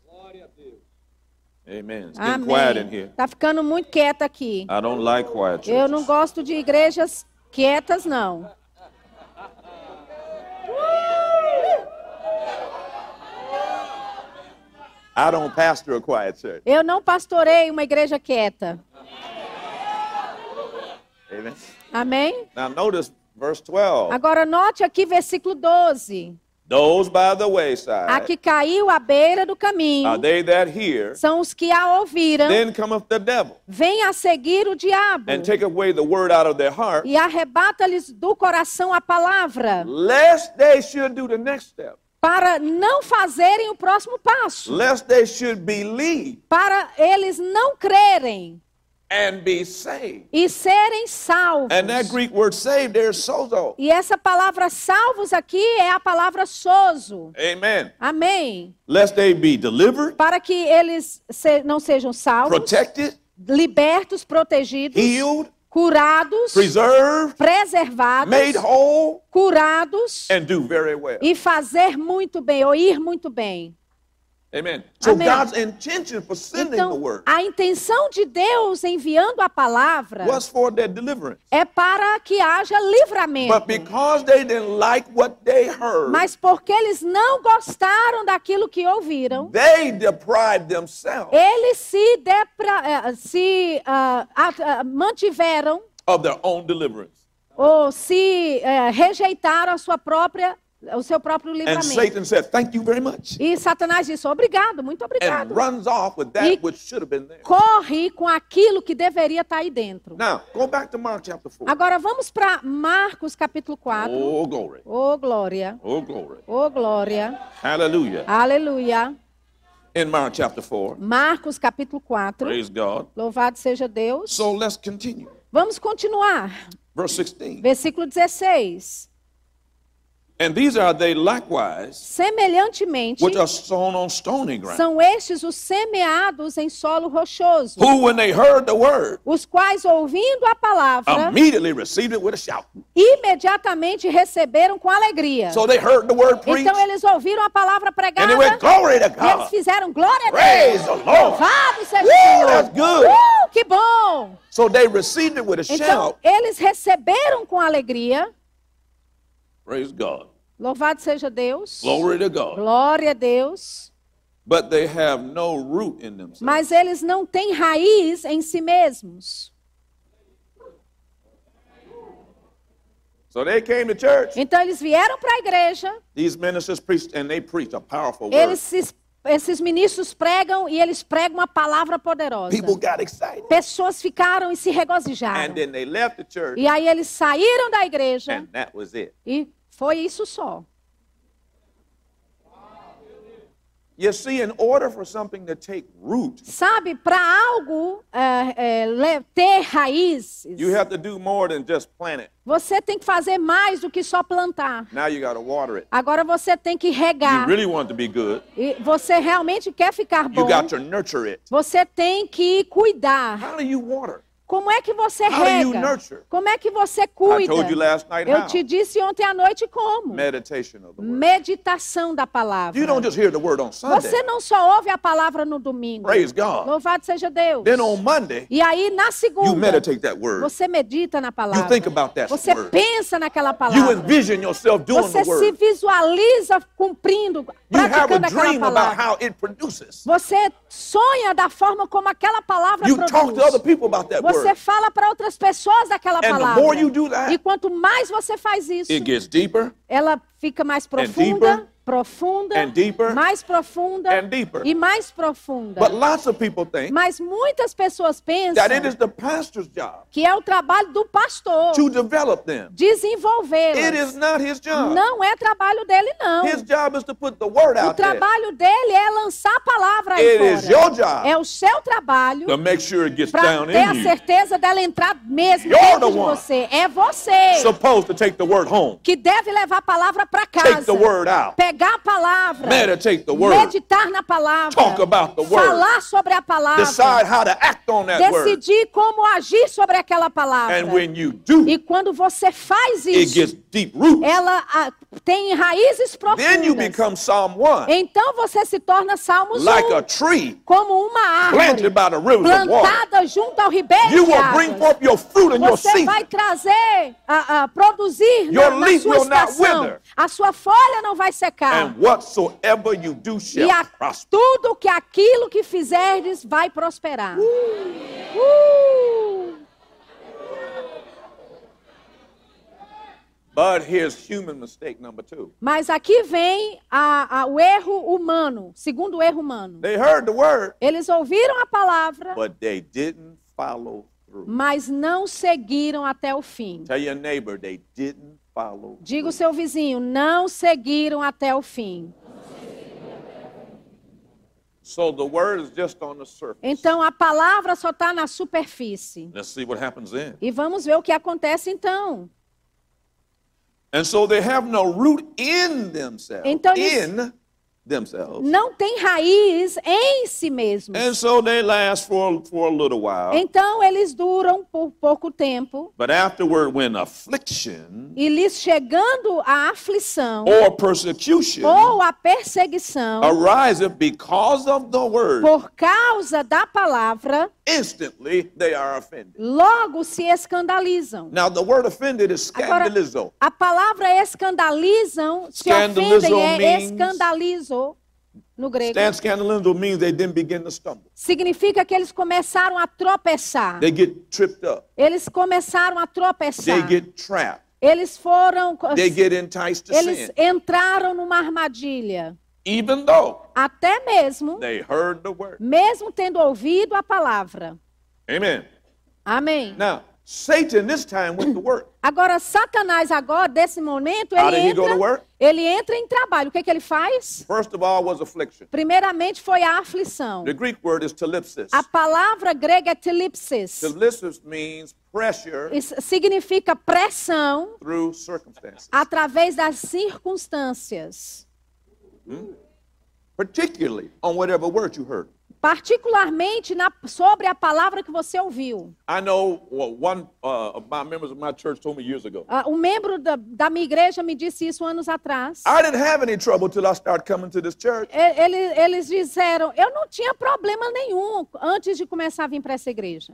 S3: Amen. It's getting quiet in
S2: Amém.
S3: here. Ah,
S2: Tá ficando muito quieta aqui.
S3: I don't like quiet
S2: Eu
S3: church.
S2: não gosto de igrejas quietas, não.
S3: I don't pastor a quiet church.
S2: Eu não pastorei uma igreja quieta.
S3: Amen.
S2: Amém?
S3: Now notice verse 12.
S2: Agora note aqui versículo 12.
S3: Those by the wayside
S2: A que caiu à beira do caminho
S3: are they that hear.
S2: são os que a ouviram.
S3: Then cometh the devil
S2: Vem a seguir o diabo
S3: and take away the word out of their heart,
S2: e arrebata-lhes do coração a palavra
S3: lest they should do the next step,
S2: para não fazerem o próximo passo,
S3: lest they should believe
S2: para eles não crerem
S3: and be saved.
S2: e serem salvos.
S3: And that Greek word saved there is sozo.
S2: E essa palavra salvos aqui é a palavra sozo.
S3: Amen.
S2: Amém.
S3: Lest they be delivered,
S2: Para que eles se- não sejam salvos,
S3: protected,
S2: libertos, protegidos,
S3: healed,
S2: curados,
S3: preserved,
S2: preservados,
S3: made whole,
S2: curados
S3: and do very well.
S2: e fazer muito bem, ou ir muito bem.
S3: Amen. So
S2: Amen.
S3: God's intention for sending the
S2: Então,
S3: word
S2: a intenção de Deus enviando a palavra
S3: was for their deliverance.
S2: é para que haja
S3: But
S2: livramento.
S3: because they didn't like what they heard,
S2: Mas porque eles não gostaram daquilo que ouviram,
S3: they deprived themselves
S2: eles se, depra- eh, se ah, ah, ah, mantiveram
S3: of their own deliverance.
S2: ou se eh, rejeitaram a sua própria, o seu próprio
S3: And
S2: livramento.
S3: Satan said, Thank you very much.
S2: E Satanás disse: obrigado, muito
S3: And
S2: obrigado.
S3: runs off with that
S2: E-
S3: which should have been there.
S2: Corre com aquilo que deveria estar aí dentro.
S3: Now, go back to Mark chapter 4.
S2: Agora vamos para Marcos capítulo 4. Ô
S3: Oh, glory.
S2: glória,
S3: Oh, glory.
S2: ô glória,
S3: Hallelujah.
S2: aleluia.
S3: In Mark chapter 4.
S2: Marcos capítulo 4.
S3: Praise God.
S2: Louvado seja Deus.
S3: So let's continue.
S2: Vamos continuar.
S3: Verse 16.
S2: Versículo 16.
S3: And these are they likewise
S2: Semelhantemente,
S3: which are sown on stony ground,
S2: são estes os semeados em solo rochoso,
S3: who, when they heard the word,
S2: os quais, ouvindo a palavra,
S3: immediately received it with a shout.
S2: imediatamente receberam com alegria.
S3: So they heard the word preached,
S2: Então eles ouviram a palavra
S3: and
S2: pregada
S3: they went,
S2: e
S3: Glory to
S2: eles
S3: God.
S2: fizeram glória a
S3: Praise
S2: Deus.
S3: the Lord.
S2: Louvado seja o
S3: Woo,
S2: Senhor.
S3: that's good.
S2: Uh, que bom.
S3: So they received it with a
S2: Então
S3: shout.
S2: eles receberam com alegria.
S3: Praise God.
S2: Louvado seja Deus.
S3: Glory to God.
S2: Glória a Deus.
S3: But they have no root in themselves.
S2: Mas eles não têm raiz em si mesmos.
S3: So they came to church.
S2: Então eles vieram para a igreja,
S3: These ministers preached, and they preached a powerful word.
S2: eles, es- esses ministros pregam e eles pregam uma palavra poderosa.
S3: People got excited.
S2: Pessoas ficaram e se regozijaram.
S3: And then they left the church,
S2: E aí eles saíram da igreja
S3: and that was it.
S2: e foi isso só.
S3: You see, in order for something to take root,
S2: Sabe, para algo é, é, le- ter raízes,
S3: you have to do more than just plant it.
S2: você tem que fazer mais do que só plantar.
S3: Now you got to water it.
S2: Agora você tem que
S3: You
S2: regar.
S3: really want it to be good,
S2: E você realmente quer ficar bom.
S3: you got to nurture it.
S2: Você tem que cuidar.
S3: How do you water?
S2: Como é que você
S3: How do you nurture?
S2: rega? Como é que você
S3: I
S2: cuida?
S3: told you last night
S2: Eu
S3: how.
S2: te disse ontem à noite como.
S3: Meditation of the word.
S2: Meditação da palavra.
S3: You don't just hear the word on Sunday.
S2: Você não só ouve a palavra no domingo.
S3: Praise God.
S2: Louvado seja Deus.
S3: Then on Monday,
S2: E aí na
S3: you
S2: segunda,
S3: meditate that word.
S2: você medita na
S3: You
S2: palavra.
S3: think about that
S2: Você
S3: word.
S2: pensa naquela
S3: You
S2: palavra.
S3: envision yourself doing
S2: Você
S3: the
S2: se
S3: word.
S2: visualiza cumprindo,
S3: You have a
S2: praticando aquela
S3: dream about
S2: palavra.
S3: how it produces.
S2: Você sonha da forma como aquela palavra
S3: You talk
S2: produz.
S3: to other people about that
S2: Você
S3: word.
S2: fala para outras pessoas daquela
S3: And the
S2: palavra.
S3: more you do that,
S2: e quanto mais você faz isso,
S3: It gets deeper
S2: ela fica mais
S3: and deeper
S2: profunda profunda,
S3: And deeper.
S2: mais profunda
S3: And deeper.
S2: e mais profunda.
S3: But lots of people think
S2: Mas muitas pessoas pensam
S3: that it is the pastor's job
S2: que é o trabalho do pastor
S3: to develop them. It
S2: desenvolvê-las.
S3: is not his job.
S2: Não é trabalho dele, não.
S3: His job is to put the word
S2: O
S3: out there.
S2: trabalho dele é lançar a palavra aí
S3: It is
S2: fora.
S3: your job
S2: É o seu trabalho
S3: to make sure it gets
S2: para
S3: down
S2: ter a
S3: in you.
S2: certeza dela entrar mesmo
S3: You're
S2: dentro
S3: the
S2: de
S3: one.
S2: você. É você
S3: Supposed to take the word home,
S2: que deve levar a palavra para
S3: take
S2: casa.
S3: the word out,
S2: Pegar a palavra.
S3: meditate the word,
S2: Meditar na palavra.
S3: Talk about the word.
S2: Falar sobre a palavra.
S3: decide how to act on that word.
S2: Decidir como agir sobre aquela palavra.
S3: And when you do,
S2: E quando você faz
S3: it
S2: isso,
S3: gets deep rooted.
S2: ela ah, tem raízes
S3: Then
S2: profundas.
S3: you become Psalm 1,
S2: Então você se torna Salmos
S3: like
S2: um,
S3: a tree
S2: como uma árvore
S3: planted by the rivers of water.
S2: plantada junto ao ribeiro
S3: You
S2: de
S3: will bring
S2: águas.
S3: forth your fruit and your
S2: Você
S3: seed.
S2: vai trazer, a, a, produzir na,
S3: Your
S2: na
S3: leaf
S2: sua
S3: will not
S2: estação.
S3: wither.
S2: A sua folha não vai secar.
S3: And whatsoever you do
S2: E
S3: shall
S2: a,
S3: prosper.
S2: tudo que aquilo que fizerdes vai prosperar. Uh.
S3: But here's human mistake number two.
S2: Mas aqui vem a- a- o erro humano, segundo erro humano.
S3: They heard the word,
S2: Eles ouviram a palavra,
S3: but they didn't follow through.
S2: mas não seguiram até o fim.
S3: Tell your neighbor they didn't follow
S2: Diga o
S3: through.
S2: seu vizinho, não seguiram até o fim.
S3: So the word is just on the surface.
S2: Então a palavra só está na superfície.
S3: Let's see what happens then.
S2: E vamos ver o que acontece então.
S3: And so they have no root in themselves.
S2: Então eles-
S3: In themselves.
S2: Não tem raiz em si mesmo.
S3: And so they last for, for a little while.
S2: Então eles duram por pouco tempo
S3: But afterward, when affliction
S2: e lhes chegando a aflição
S3: or persecution
S2: ou a perseguição
S3: ariseth because of the word,
S2: por causa da palavra,
S3: instantly they are offended.
S2: logo se escandalizam.
S3: Now, the word offended is
S2: Agora,
S3: scandalizo.
S2: a palavra escandalizam, se
S3: Scandalizo
S2: ofendem, é
S3: means-
S2: escandalizo no grego.
S3: Stand scandalizo means they didn't begin to stumble.
S2: Significa que eles começaram a tropeçar.
S3: They get tripped up.
S2: Eles começaram a
S3: They
S2: tropeçar.
S3: get trapped.
S2: Eles foram.
S3: They get enticed to
S2: Eles
S3: sin.
S2: entraram numa armadilha.
S3: Even though
S2: Até mesmo,
S3: they heard the word.
S2: mesmo tendo ouvido a palavra.
S3: Amen.
S2: Amém.
S3: Now, Satan this time went to work.
S2: Agora, Satanás, agora, desse momento,
S3: How
S2: ele
S3: did he go to
S2: entra,
S3: work?
S2: ele entra em trabalho. O que, que ele faz?
S3: First of all was affliction.
S2: Primeiramente foi a aflição.
S3: The Greek word is telipsis.
S2: A palavra grega é tilipsis.
S3: Telipsis means pressure
S2: Isso significa pressão
S3: through circumstances,
S2: através das circunstâncias.
S3: particularly on whatever word you heard.
S2: Particularmente na- sobre a palavra que você ouviu.
S3: I know well, one uh, of my members of my church told me years ago.
S2: Ah, Um membro da, da minha igreja me disse isso anos atrás.
S3: I didn't have any trouble till I started coming to this church.
S2: E- ele- eles disseram: eu não tinha problema nenhum antes de começar a vir para essa igreja.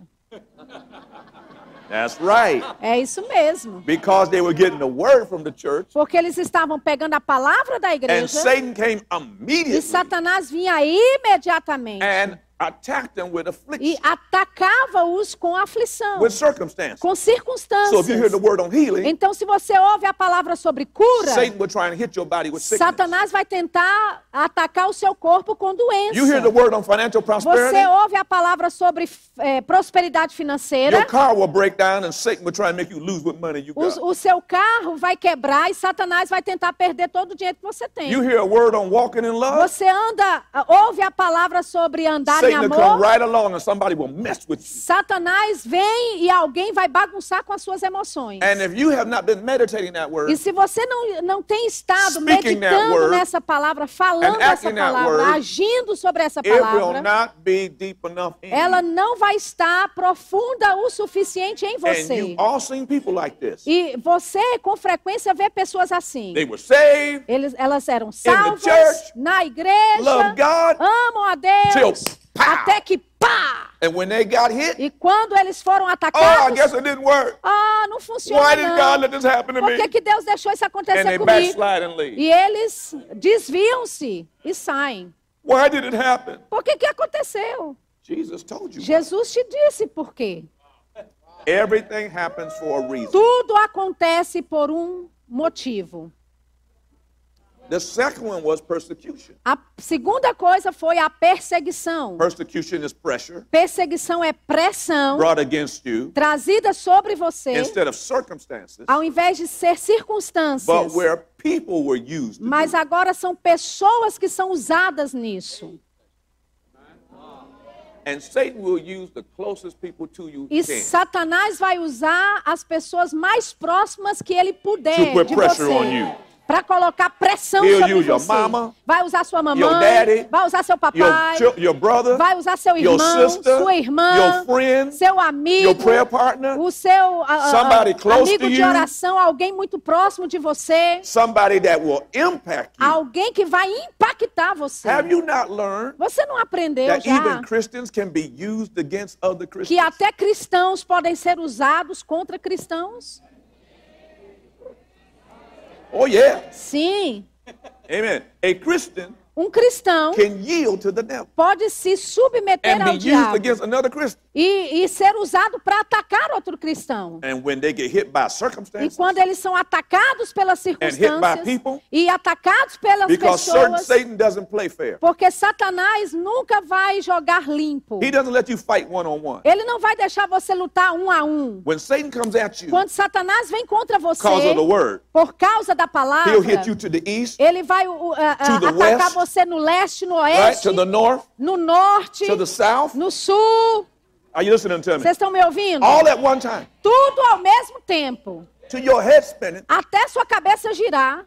S3: That's right.
S2: É isso mesmo.
S3: Because they were getting the word from the church,
S2: Porque eles estavam pegando a palavra da
S3: and
S2: igreja
S3: Satan came
S2: e
S3: immediately
S2: Satanás vinha imediatamente
S3: and attacked them with
S2: e
S3: affliction,
S2: atacava-os com aflição,
S3: with circumstance.
S2: com
S3: So if you hear the
S2: circunstâncias.
S3: word on healing,
S2: Então, se você ouve a palavra sobre cura,
S3: Satan will try and hit your body with sickness.
S2: Satanás vai tentar atacar o seu corpo com
S3: You hear the
S2: doença.
S3: word on financial
S2: Você
S3: prosperity,
S2: ouve a palavra sobre eh, prosperidade financeira,
S3: your car will break down, and Satan will try and make you lose what money you got.
S2: O, o seu carro vai quebrar e Satanás vai tentar perder todo o dinheiro que você tem.
S3: You hear a word on walking in love,
S2: Você anda, ouve a palavra sobre andar em
S3: Satan will come
S2: amor.
S3: right along, and somebody will mess with you.
S2: Satanás vem e alguém vai bagunçar com as suas emoções.
S3: And if you have not been meditating that word,
S2: E se você não, não tem estado
S3: Speaking that
S2: meditando
S3: word
S2: nessa palavra, falando
S3: and
S2: essa
S3: acting that
S2: palavra,
S3: word,
S2: agindo sobre essa
S3: it will
S2: palavra,
S3: not be deep enough in
S2: ela
S3: you.
S2: não vai estar profunda o suficiente em
S3: And you
S2: você.
S3: all seen people like this.
S2: E você, com frequência, vê pessoas assim.
S3: They were saved,
S2: Eles- elas eram
S3: the
S2: salvas
S3: church,
S2: na igreja,
S3: love God,
S2: amam a Deus,
S3: till pow.
S2: até que pá!
S3: and when they got hit,
S2: E quando eles foram
S3: oh, I
S2: atacados,
S3: guess it didn't work.
S2: ah, não
S3: Why
S2: funciona
S3: did God let
S2: não.
S3: this happen to
S2: Por que,
S3: me?
S2: que Deus deixou isso
S3: And
S2: acontecer
S3: they
S2: comigo?
S3: backslide and leave.
S2: E eles desviam-se e saem.
S3: Why did it happen?
S2: Por que que aconteceu?
S3: Jesus told you.
S2: Jesus te disse por quê.
S3: Everything happens for a reason.
S2: Tudo acontece por um motivo.
S3: The second one was persecution.
S2: A segunda coisa foi a perseguição.
S3: Persecution is pressure
S2: Perseguição é pressão
S3: brought against you
S2: trazida sobre você,
S3: instead of circumstances,
S2: ao invés de ser
S3: but
S2: circunstâncias.
S3: where people were used. to do
S2: Mas
S3: it.
S2: agora são pessoas que são usadas nisso.
S3: And Satan will use the closest people to you he
S2: E
S3: can
S2: Satanás vai usar as pessoas mais próximas que ele
S3: To
S2: puder
S3: put
S2: de
S3: pressure on
S2: você.
S3: you.
S2: Para colocar pressão
S3: He'll
S2: sobre
S3: use your
S2: você.
S3: mama,
S2: vai usar sua mamãe,
S3: your daddy,
S2: vai usar seu
S3: your,
S2: papai,
S3: chil- your brother,
S2: vai usar seu
S3: your
S2: irmão,
S3: sister,
S2: sua irmã,
S3: your friend,
S2: seu amigo,
S3: your prayer partner,
S2: o seu ah, ah,
S3: somebody close
S2: amigo
S3: to
S2: de
S3: you.
S2: oração, alguém muito próximo de você,
S3: somebody that will impact you.
S2: alguém que vai impactar você.
S3: Have you not learned
S2: Você não aprendeu
S3: that
S2: já
S3: even Christians can be used against other
S2: que
S3: Christians?
S2: até cristãos podem ser usados contra cristãos?
S3: Oh, yeah.
S2: Sim.
S3: Amen. A Christian
S2: Um cristão
S3: can yield to the devil
S2: pode se submeter
S3: and
S2: ao
S3: be used
S2: diabo
S3: against another Christian.
S2: e, e ser usado para atacar outro cristão.
S3: And when they get hit by
S2: E
S3: circumstances,
S2: quando eles são atacados pelas
S3: by
S2: circunstâncias
S3: É, people,
S2: e atacados pelas
S3: because certain
S2: pessoas,
S3: Satan doesn't play fair,
S2: porque Satanás nunca vai jogar limpo.
S3: he doesn't let you fight one on one.
S2: Ele não vai deixar você lutar um a um.
S3: When Satan comes at you
S2: Quando Satanás vem contra você
S3: because of the word,
S2: por causa da palavra,
S3: he'll hit you to the east,
S2: ele vai uh, uh,
S3: the
S2: atacar
S3: west,
S2: você no leste, no
S3: right,
S2: oeste,
S3: to the north,
S2: no norte,
S3: to the south.
S2: no sul.
S3: Are you listening to me?
S2: Vocês estão me ouvindo?
S3: All at one time,
S2: Tudo ao mesmo tempo.
S3: to your head spinning,
S2: Até sua cabeça girar.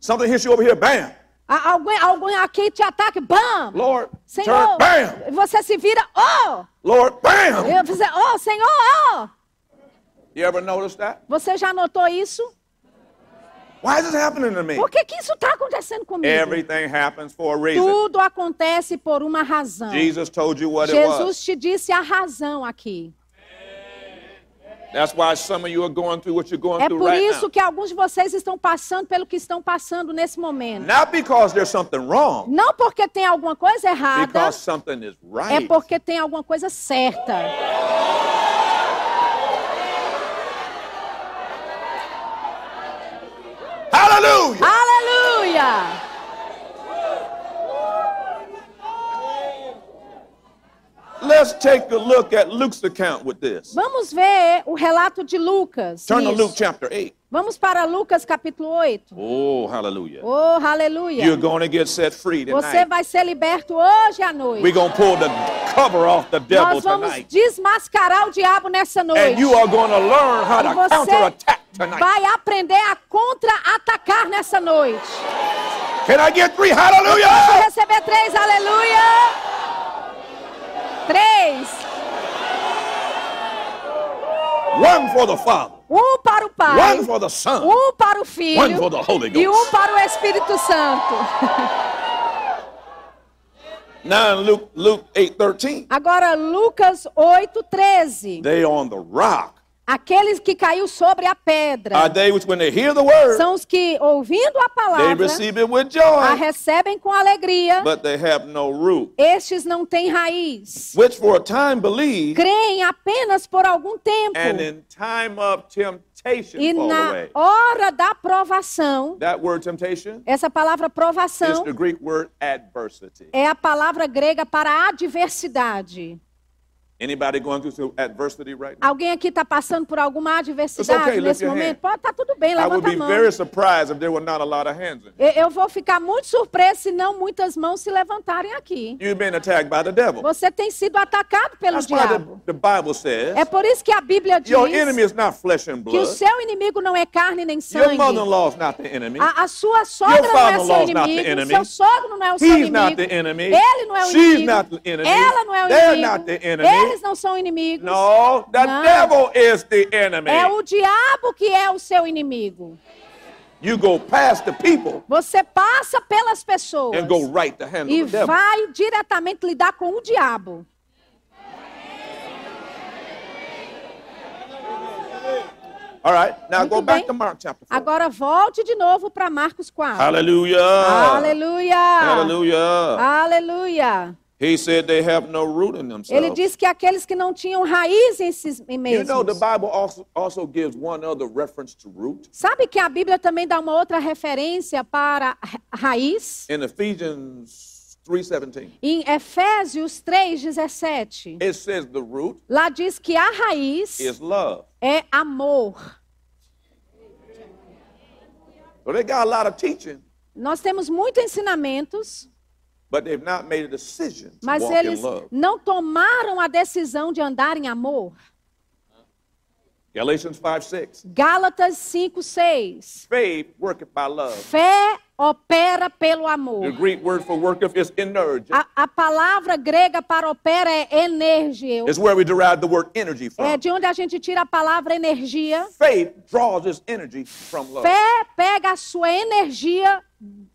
S3: something hits you over here, bam.
S2: A- Alguém, alguém aqui te ataca, bam!
S3: Lord, turn,
S2: Senhor,
S3: bam.
S2: você se vira, oh!
S3: Lord, bam.
S2: Eu fiz, oh, Senhor, oh!
S3: You ever notice that?
S2: Você já notou isso?
S3: Why is this happening to me?
S2: Por que, que isso está acontecendo comigo?
S3: Everything happens for a reason.
S2: Tudo acontece por uma razão.
S3: Jesus told you what it was.
S2: Jesus te disse a razão aqui.
S3: That's why some of you are going through what you're going
S2: É
S3: through
S2: por
S3: right
S2: isso
S3: now.
S2: que alguns de vocês estão passando pelo que estão passando nesse momento.
S3: Not because there's something wrong,
S2: Não porque tem alguma coisa errada,
S3: because something is
S2: é
S3: right.
S2: porque tem alguma coisa certa.
S3: Hallelujah.
S2: Aleluia!
S3: Let's take a look at Luke's account with this.
S2: Vamos ver o relato de Lucas.
S3: Turn to
S2: nisso.
S3: Luke chapter 8.
S2: Vamos para Lucas capítulo 8.
S3: Oh, hallelujah.
S2: Oh, aleluia!
S3: You're going to get set free
S2: Você
S3: tonight.
S2: vai ser liberto hoje à noite.
S3: We're going to pull the cover off the devil
S2: Nós vamos
S3: tonight.
S2: desmascarar o diabo nessa
S3: And
S2: noite.
S3: you are going to learn how
S2: E
S3: to counterattack
S2: você
S3: tonight.
S2: vai aprender a contra-atacar nessa noite.
S3: Can I get three?
S2: Posso
S3: Hallelujah!
S2: receber três, aleluia! Três.
S3: One for the Father,
S2: Um para o Pai.
S3: one for the Son,
S2: Um para o
S3: one
S2: Filho.
S3: for the Holy
S2: E um
S3: Ghost.
S2: para o Espírito Santo.
S3: Now in Luke, Luke 8 13,
S2: Agora, Lucas 8, 13.
S3: they on the rock.
S2: Aqueles que caiu sobre a
S3: Are
S2: pedra
S3: they which when they hear the word,
S2: são os que, ouvindo a
S3: they
S2: palavra,
S3: receive it with
S2: a
S3: joy,
S2: recebem com alegria.
S3: but they have no root,
S2: Estes não têm raiz.
S3: which for a time believe,
S2: Creem apenas por algum tempo.
S3: and in time of
S2: E
S3: temptation fall
S2: na
S3: away.
S2: hora da provação,
S3: That word temptation
S2: essa palavra
S3: is
S2: provação
S3: the Greek word adversity.
S2: é a palavra grega para adversidade.
S3: Anybody going through some adversity right now?
S2: Alguém aqui está passando por alguma
S3: It's
S2: adversidade
S3: okay, lift
S2: nesse
S3: your hand.
S2: momento? Pode, tá tudo bem,
S3: I would
S2: levanta
S3: be
S2: a mão.
S3: very surprised if there were not a lot of hands in here.
S2: Eu eu vou ficar muito surpreso se não muitas mãos se levantarem aqui.
S3: You've been attacked by the devil.
S2: Você tem sido atacado pelo
S3: That's why the,
S2: diabo.
S3: the Bible
S2: É
S3: says
S2: por isso que a Bíblia diz
S3: your enemy is not flesh and
S2: que o
S3: blood.
S2: seu inimigo não é carne nem
S3: Your
S2: sangue.
S3: mother-in-law is not the enemy.
S2: A, a sua sogra
S3: Your
S2: não é seu
S3: father-in-law is not the
S2: inimigo,
S3: enemy.
S2: seu sogro não é o seu
S3: He's not
S2: inimigo,
S3: the enemy.
S2: ele não é o
S3: She's
S2: inimigo,
S3: not the enemy.
S2: ela não é o
S3: They're
S2: inimigo,
S3: not the enemy.
S2: eles não são inimigos.
S3: No, the
S2: Não.
S3: devil is the enemy.
S2: É o diabo que é o seu inimigo.
S3: You go past the people
S2: Você passa pelas pessoas
S3: and go right to handle
S2: e
S3: the devil.
S2: vai diretamente lidar com o diabo.
S3: All right, now
S2: Muito
S3: go back
S2: bem.
S3: to Mark chapter 4.
S2: Agora volte de novo para Marcos 4.
S3: Hallelujah. Ah.
S2: Aleluia!
S3: Hallelujah.
S2: Aleluia!
S3: He said they have no root in
S2: Ele
S3: themselves.
S2: diz que aqueles que não tinham raiz em si em
S3: You know, the
S2: mesmos.
S3: Bible also, also gives one other reference to root.
S2: Sabe que a Bíblia também dá uma outra referência para ra- raiz?
S3: In Ephesians 3:17,
S2: Em Efésios 3,17.
S3: it says the root
S2: Lá diz que a raiz
S3: is love.
S2: é amor.
S3: So they got a lot of teaching,
S2: Nós temos muitos ensinamentos,
S3: but they've not made a decision to
S2: mas
S3: walk
S2: eles
S3: in love.
S2: não tomaram a decisão de andar em amor.
S3: Galatians 5:6,
S2: Gálatas 5, 6.
S3: faith worketh by love.
S2: Fé opera pelo
S3: The
S2: amor.
S3: Greek word for worketh is energy.
S2: A, a palavra grega para opera é energia.
S3: It's where we derive the word energy from.
S2: É de onde a gente tira a palavra energia.
S3: Faith draws its energy from love.
S2: Fé pega a sua energia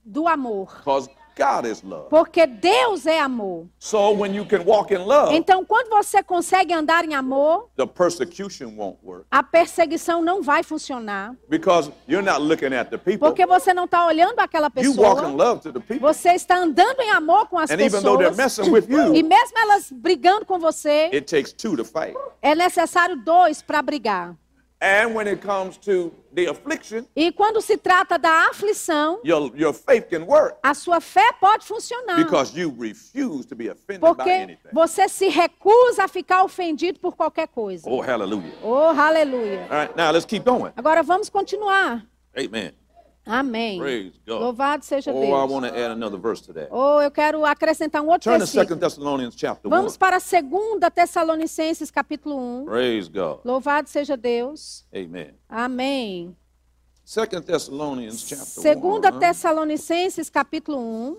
S2: do amor.
S3: Because God is love.
S2: Porque Deus é amor.
S3: So when you can walk in love,
S2: Então, quando você consegue andar em amor,
S3: the persecution won't work.
S2: a perseguição não vai funcionar.
S3: Because you're not looking at the people.
S2: Porque você não está olhando aquela
S3: You walk in
S2: pessoa.
S3: love to the people.
S2: Você está andando em amor com as
S3: And even though they're
S2: pessoas.
S3: messing with
S2: E
S3: you,
S2: mesmo elas brigando com você,
S3: it takes two to fight.
S2: é necessário dois para brigar.
S3: And when it comes to the affliction,
S2: E quando se trata da aflição,
S3: your, your faith can work
S2: a sua fé pode funcionar.
S3: because you refuse to be offended by
S2: Porque
S3: anything.
S2: você se recusa a ficar ofendido por qualquer coisa.
S3: Oh, hallelujah.
S2: Oh, aleluia.
S3: All right, now let's keep going.
S2: Agora vamos continuar.
S3: Amen.
S2: Amém.
S3: Praise God.
S2: Louvado seja
S3: Oh, I
S2: Deus.
S3: want to add another verse to that.
S2: Oh, eu quero acrescentar um outro
S3: Turn to 2
S2: versículo.
S3: Thessalonians chapter 1.
S2: Vamos para 2 Tessalonicenses capítulo 1.
S3: Praise God.
S2: Louvado seja Deus.
S3: Amen.
S2: Amém.
S3: Second Thessalonians chapter
S2: 2
S3: 1.
S2: Tessalonicenses capítulo 1.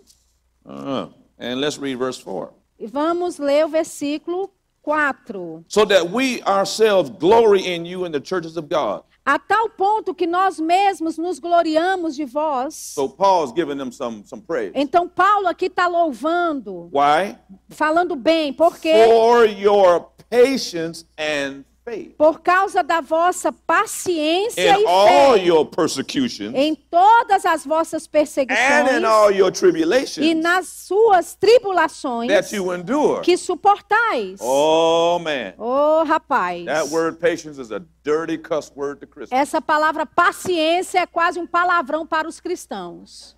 S3: Uh-huh. And let's read verse 4.
S2: E vamos ler o versículo 4.
S3: So that we ourselves glory in you in the churches of God.
S2: A tal ponto que nós mesmos nos gloriamos de vós.
S3: So Paul's giving them some, some praise.
S2: Então Paulo aqui está louvando,
S3: Why?
S2: falando bem, porque
S3: For your patience and faith
S2: por causa da vossa paciência
S3: in
S2: e
S3: all
S2: fé
S3: your persecutions
S2: em todas as vossas
S3: and in
S2: perseguições
S3: all your
S2: e
S3: tribulations
S2: nas suas tribulações
S3: that you endure.
S2: que suportais.
S3: Oh, man.
S2: Oh, rapaz.
S3: That word patience is a dirty cuss word to Christians.
S2: Essa palavra paciência é quase um palavrão para os cristãos.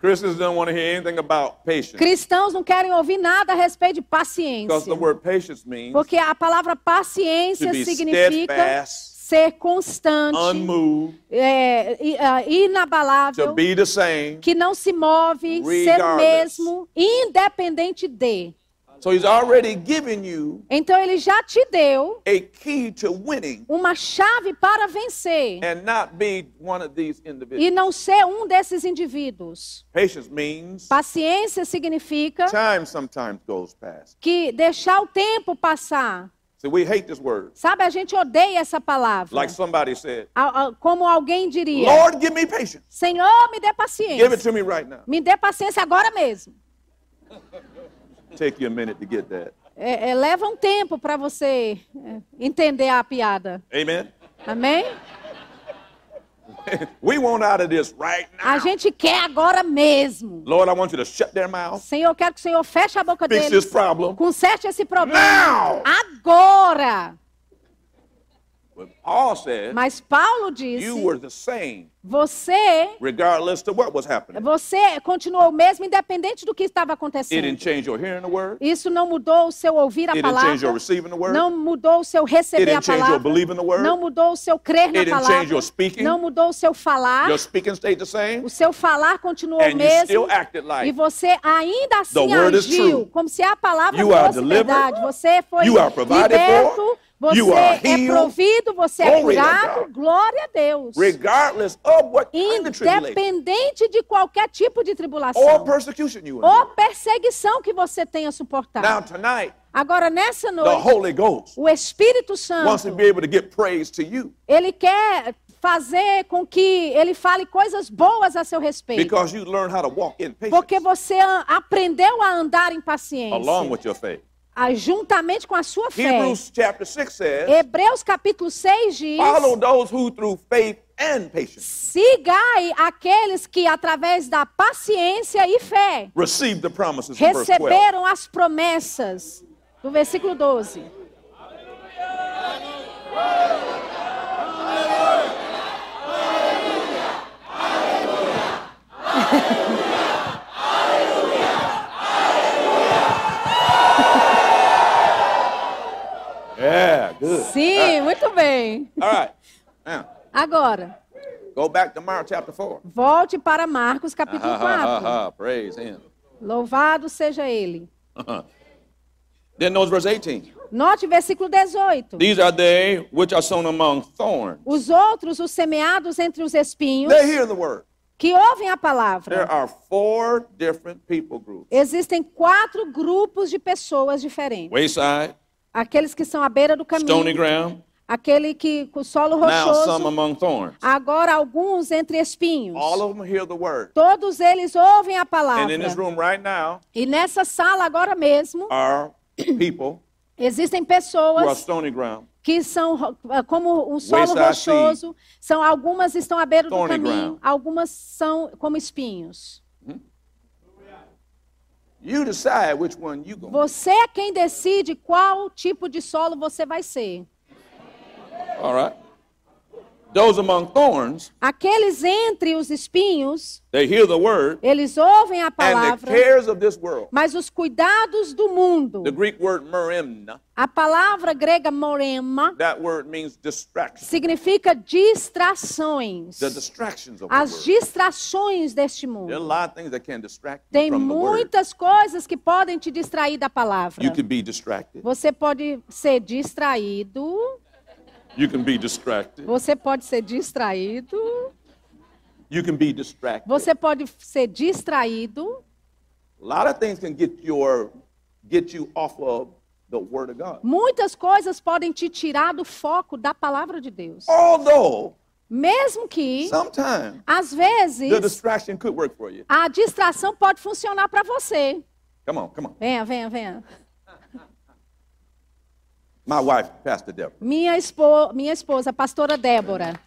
S3: Christians don't want to hear anything about patience
S2: Cristãos não querem ouvir nada a respeito de
S3: because the
S2: paciência.
S3: word patience means
S2: Porque a palavra
S3: To
S2: paciência
S3: be
S2: significa
S3: steadfast,
S2: ser constante,
S3: unmoved,
S2: é, i- ah,
S3: to
S2: inabalável,
S3: be the same.
S2: que não se move, ser o
S3: Regardless.
S2: mesmo, independente de.
S3: So he's already given you
S2: Então ele já te deu
S3: a key to winning
S2: uma chave para vencer
S3: and not be one of these
S2: e
S3: individuals.
S2: não ser um desses indivíduos.
S3: Patience means
S2: Paciência significa
S3: time sometimes goes past.
S2: que deixar o tempo passar.
S3: See, we hate this word.
S2: Sabe, a gente odeia essa palavra.
S3: Like somebody said,
S2: A- a- Como alguém diria:
S3: Lord, give me patience.
S2: Senhor, me dê
S3: Give it
S2: paciência.
S3: to me right now.
S2: Me dê paciência agora mesmo.
S3: Take you a minute to get that.
S2: É, é, leva um tempo para você é, entender a piada.
S3: Amen.
S2: Amém?
S3: We want out of this right
S2: A
S3: now.
S2: gente quer agora mesmo.
S3: Lord, I want you to shut their mouth,
S2: Senhor, eu quero que o Senhor feche a boca
S3: fix this
S2: deles.
S3: problem.
S2: Conserte esse problema.
S3: Now!
S2: Agora!
S3: But Paul said,
S2: Mas Paulo
S3: you
S2: disse:
S3: were the same
S2: você
S3: regardless to what was happening.
S2: Você continuou o mesmo, independente do que estava
S3: It didn't
S2: acontecendo.
S3: change your hearing the word.
S2: Isso não mudou o seu ouvir
S3: It
S2: a
S3: didn't change
S2: palavra.
S3: your receiving the word.
S2: Não mudou o seu
S3: It
S2: receber a
S3: didn't change your
S2: palavra.
S3: believing the word.
S2: Não mudou o seu crer na
S3: It didn't change
S2: palavra.
S3: your speaking.
S2: Não mudou o seu falar.
S3: Your speaking stayed the same.
S2: O seu falar continuou o
S3: And you
S2: mesmo.
S3: still acted
S2: E
S3: like
S2: você ainda assim
S3: word is
S2: agiu,
S3: true.
S2: como se a palavra
S3: You are
S2: fosse
S3: delivered.
S2: verdade. Você foi
S3: You are provided
S2: liberto,
S3: for.
S2: você
S3: You are
S2: é
S3: healed.
S2: provido, você é
S3: Glory to
S2: curado.
S3: God.
S2: Glória a Deus.
S3: regardless of what kind of tribulation
S2: Independente de qualquer tipo de
S3: or
S2: tribulação.
S3: persecution you
S2: ou
S3: were
S2: perseguição que você tenha
S3: Now
S2: suportado.
S3: tonight,
S2: Agora, nessa
S3: the
S2: noite,
S3: Holy Ghost
S2: o Espírito
S3: wants to
S2: Santo,
S3: be able to get praise to you
S2: ele quer fazer com que ele fale coisas boas a seu respeito.
S3: because you learn how to walk in
S2: Porque
S3: patience
S2: você a- aprendeu a andar em
S3: along
S2: paciência,
S3: with your faith.
S2: a- juntamente com a sua fé.
S3: Hebrews chapter 6 says,
S2: Hebreus capítulo 6 diz:
S3: um Follow those who through faith and patience
S2: Sigai aqueles que, através da paciência e fé,
S3: received the promises in verse 12.
S2: receberam as promessas. Do versículo 12.
S3: Yeah, good.
S2: Sim, muito bem.
S3: All right. Now,
S2: Agora,
S3: go back to Mark chapter 4.
S2: volte para Marcos capítulo
S3: Ha, ha, ha,
S2: 4.
S3: ha. Praise him. <laughs>
S2: Louvado seja ele.
S3: Then notice verse 18.
S2: Note versículo 18.
S3: These are they which are sown among thorns.
S2: Os outros, os semeados entre os espinhos,
S3: They hear the word.
S2: que ouvem a
S3: There
S2: palavra.
S3: are four different people groups.
S2: Existem quatro grupos de pessoas diferentes.
S3: Wayside,
S2: Aqueles que são à beira do
S3: stony
S2: caminho,
S3: ground,
S2: aquele que com o solo
S3: now some
S2: rochoso,
S3: among thorns.
S2: agora alguns entre espinhos.
S3: All of them hear the word.
S2: Todos eles ouvem a
S3: And in this
S2: palavra.
S3: room right now
S2: E nessa sala agora mesmo,
S3: are people
S2: existem
S3: who are
S2: pessoas
S3: stony ground,
S2: que são ro- ah, como um solo
S3: Wayside seed.
S2: rochoso, são algumas estão à beira do
S3: Thorny
S2: caminho,
S3: ground.
S2: algumas são como espinhos.
S3: You decide which one you go.
S2: Você é quem decide qual tipo de solo você vai ser.
S3: All right. Those among thorns,
S2: Aqueles entre os espinhos,
S3: they hear the word
S2: eles ouvem a
S3: and the
S2: palavra,
S3: cares of this world.
S2: mas os cuidados do mundo.
S3: The Greek word merimna,
S2: A palavra grega morema
S3: that word means distraction.
S2: significa distrações.
S3: The distractions of
S2: As
S3: the word.
S2: distrações deste
S3: There are a
S2: mundo.
S3: lot of things that can distract you
S2: Tem
S3: from the word.
S2: muitas coisas que podem te distrair da palavra.
S3: You can be distracted.
S2: Você pode ser distraído,
S3: You can be distracted.
S2: você pode ser distraído,
S3: You can be distracted. A
S2: você pode ser distraído.
S3: lot of things can get your get you off of the word of God.
S2: Muitas coisas podem te tirar do foco da palavra de Deus.
S3: Although
S2: Mesmo que,
S3: sometimes
S2: às
S3: the
S2: vezes,
S3: distraction could work for you.
S2: a distração pode funcionar para você.
S3: Come on, come on.
S2: Venha, venha, venha.
S3: My wife, Pastor Deborah.
S2: Minha, espo... Minha esposa, a pastora Débora,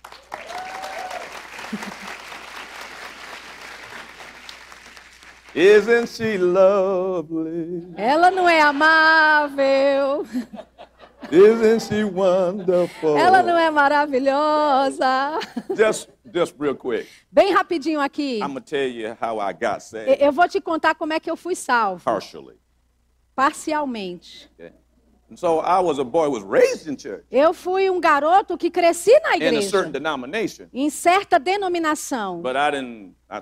S3: Isn't she lovely?
S2: ela não é amável,
S3: Isn't she wonderful?
S2: ela não é maravilhosa.
S3: Just, just real quick,
S2: Bem rapidinho aqui,
S3: I'm gonna tell you how I got saved
S2: e- eu vou te contar como é que eu fui salvo,
S3: partially.
S2: parcialmente.
S3: okay? And so I was a boy who was raised in church
S2: Eu fui um garoto que cresci na
S3: in a certain
S2: igreja,
S3: denomination,
S2: em certa denominação.
S3: but I didn't. I,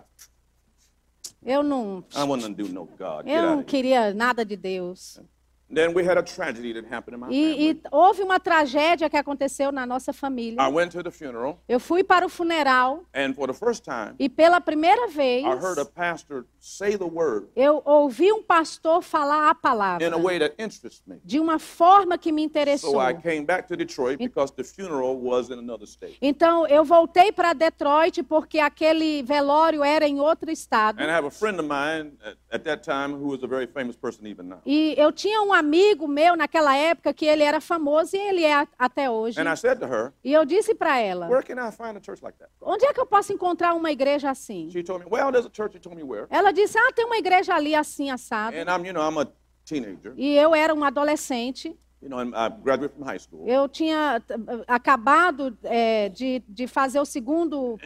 S2: Eu não
S3: I wasn't gonna do no God. Get
S2: Eu
S3: out
S2: não
S3: of here.
S2: queria nada de Deus.
S3: Then we had a tragedy that happened in my
S2: E,
S3: family.
S2: e houve uma tragédia que aconteceu na nossa
S3: I
S2: família.
S3: went to the funeral,
S2: Eu fui para o funeral
S3: and for the first time,
S2: e pela primeira vez
S3: I heard a pastor say the word
S2: eu ouvi um pastor falar a
S3: in a
S2: palavra
S3: way that interests me.
S2: de uma forma que me
S3: So
S2: interessou.
S3: I came back to Detroit because the funeral was in another state.
S2: Então eu voltei para Detroit porque aquele velório era em outro estado.
S3: And I have a friend of mine at, at that time who is a very famous person even now.
S2: E eu tinha um amigo meu naquela época que ele era famoso e ele é a- até hoje.
S3: And I said to her,
S2: E eu disse para ela:
S3: Where can I find a church like that?
S2: Onde é que eu posso encontrar uma igreja assim?
S3: She told me, Well, there's a church. She told me where.
S2: Ela disse: Ah, tem uma igreja ali assim, assado.
S3: And I'm, you know, I'm a teenager.
S2: E eu era uma adolescente.
S3: You know, and I graduated from high school.
S2: Eu tinha t- acabado eh, de, de fazer o segundo.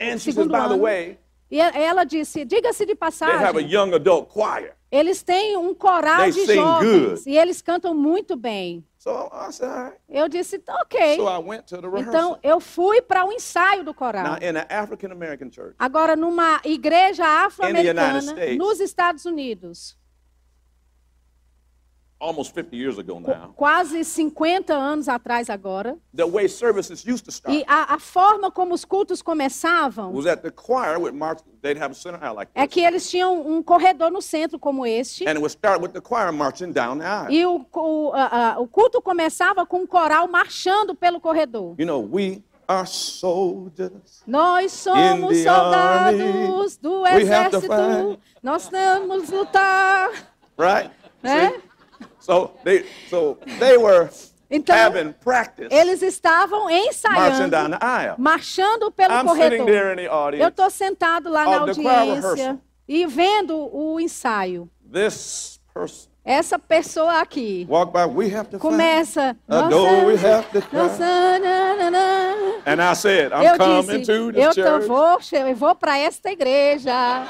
S3: And she says, By the way,
S2: E e- ela disse: Diga-se de
S3: they have a
S2: passagem,
S3: young adult choir.
S2: eles têm um coral
S3: They
S2: de
S3: sing
S2: jovens
S3: good.
S2: e eles cantam muito bem.
S3: So I said, All right.
S2: Eu disse: "Tá, Ok.
S3: So I went to the rehearsal.
S2: Então eu fui para o ensaio do
S3: Now,
S2: coral.
S3: in an African American church,
S2: Agora, numa igreja
S3: In the
S2: afro-americana
S3: United States.
S2: nos Estados Unidos,
S3: almost 50 years ago now,
S2: quase 50 anos atrás agora,
S3: the way services used to start
S2: e a- a forma como os cultos começavam
S3: was that the choir would march, they'd have a center aisle like
S2: é
S3: this.
S2: que eles tinham um corredor no centro como este.
S3: And it would start with the choir marching down the aisle.
S2: E o, o- a- a- o culto começava com um coral marchando pelo corredor.
S3: You know, we are soldiers.
S2: Nós somos
S3: In the army,
S2: soldados do
S3: we have to
S2: exército,
S3: fight.
S2: nós temos lutar.
S3: Right?
S2: Né?
S3: See? So they so they were
S2: Então,
S3: having practice
S2: eles estavam
S3: marching
S2: ensaiando,
S3: down the aisle.
S2: marchando pelo
S3: I'm sitting
S2: corredor.
S3: there in the
S2: Eu
S3: audience.
S2: estou sentado lá na
S3: Of the choir rehearsal.
S2: audiência e vendo o ensaio.
S3: This person
S2: Essa pessoa aqui
S3: walked by. We have to find.
S2: começa.
S3: I know we have to try."
S2: nossa, na, na, na.
S3: And I said, I'm
S2: Eu
S3: coming
S2: disse,
S3: to
S2: eu
S3: the
S2: tô,
S3: church.
S2: vou, che- eu vou para esta igreja.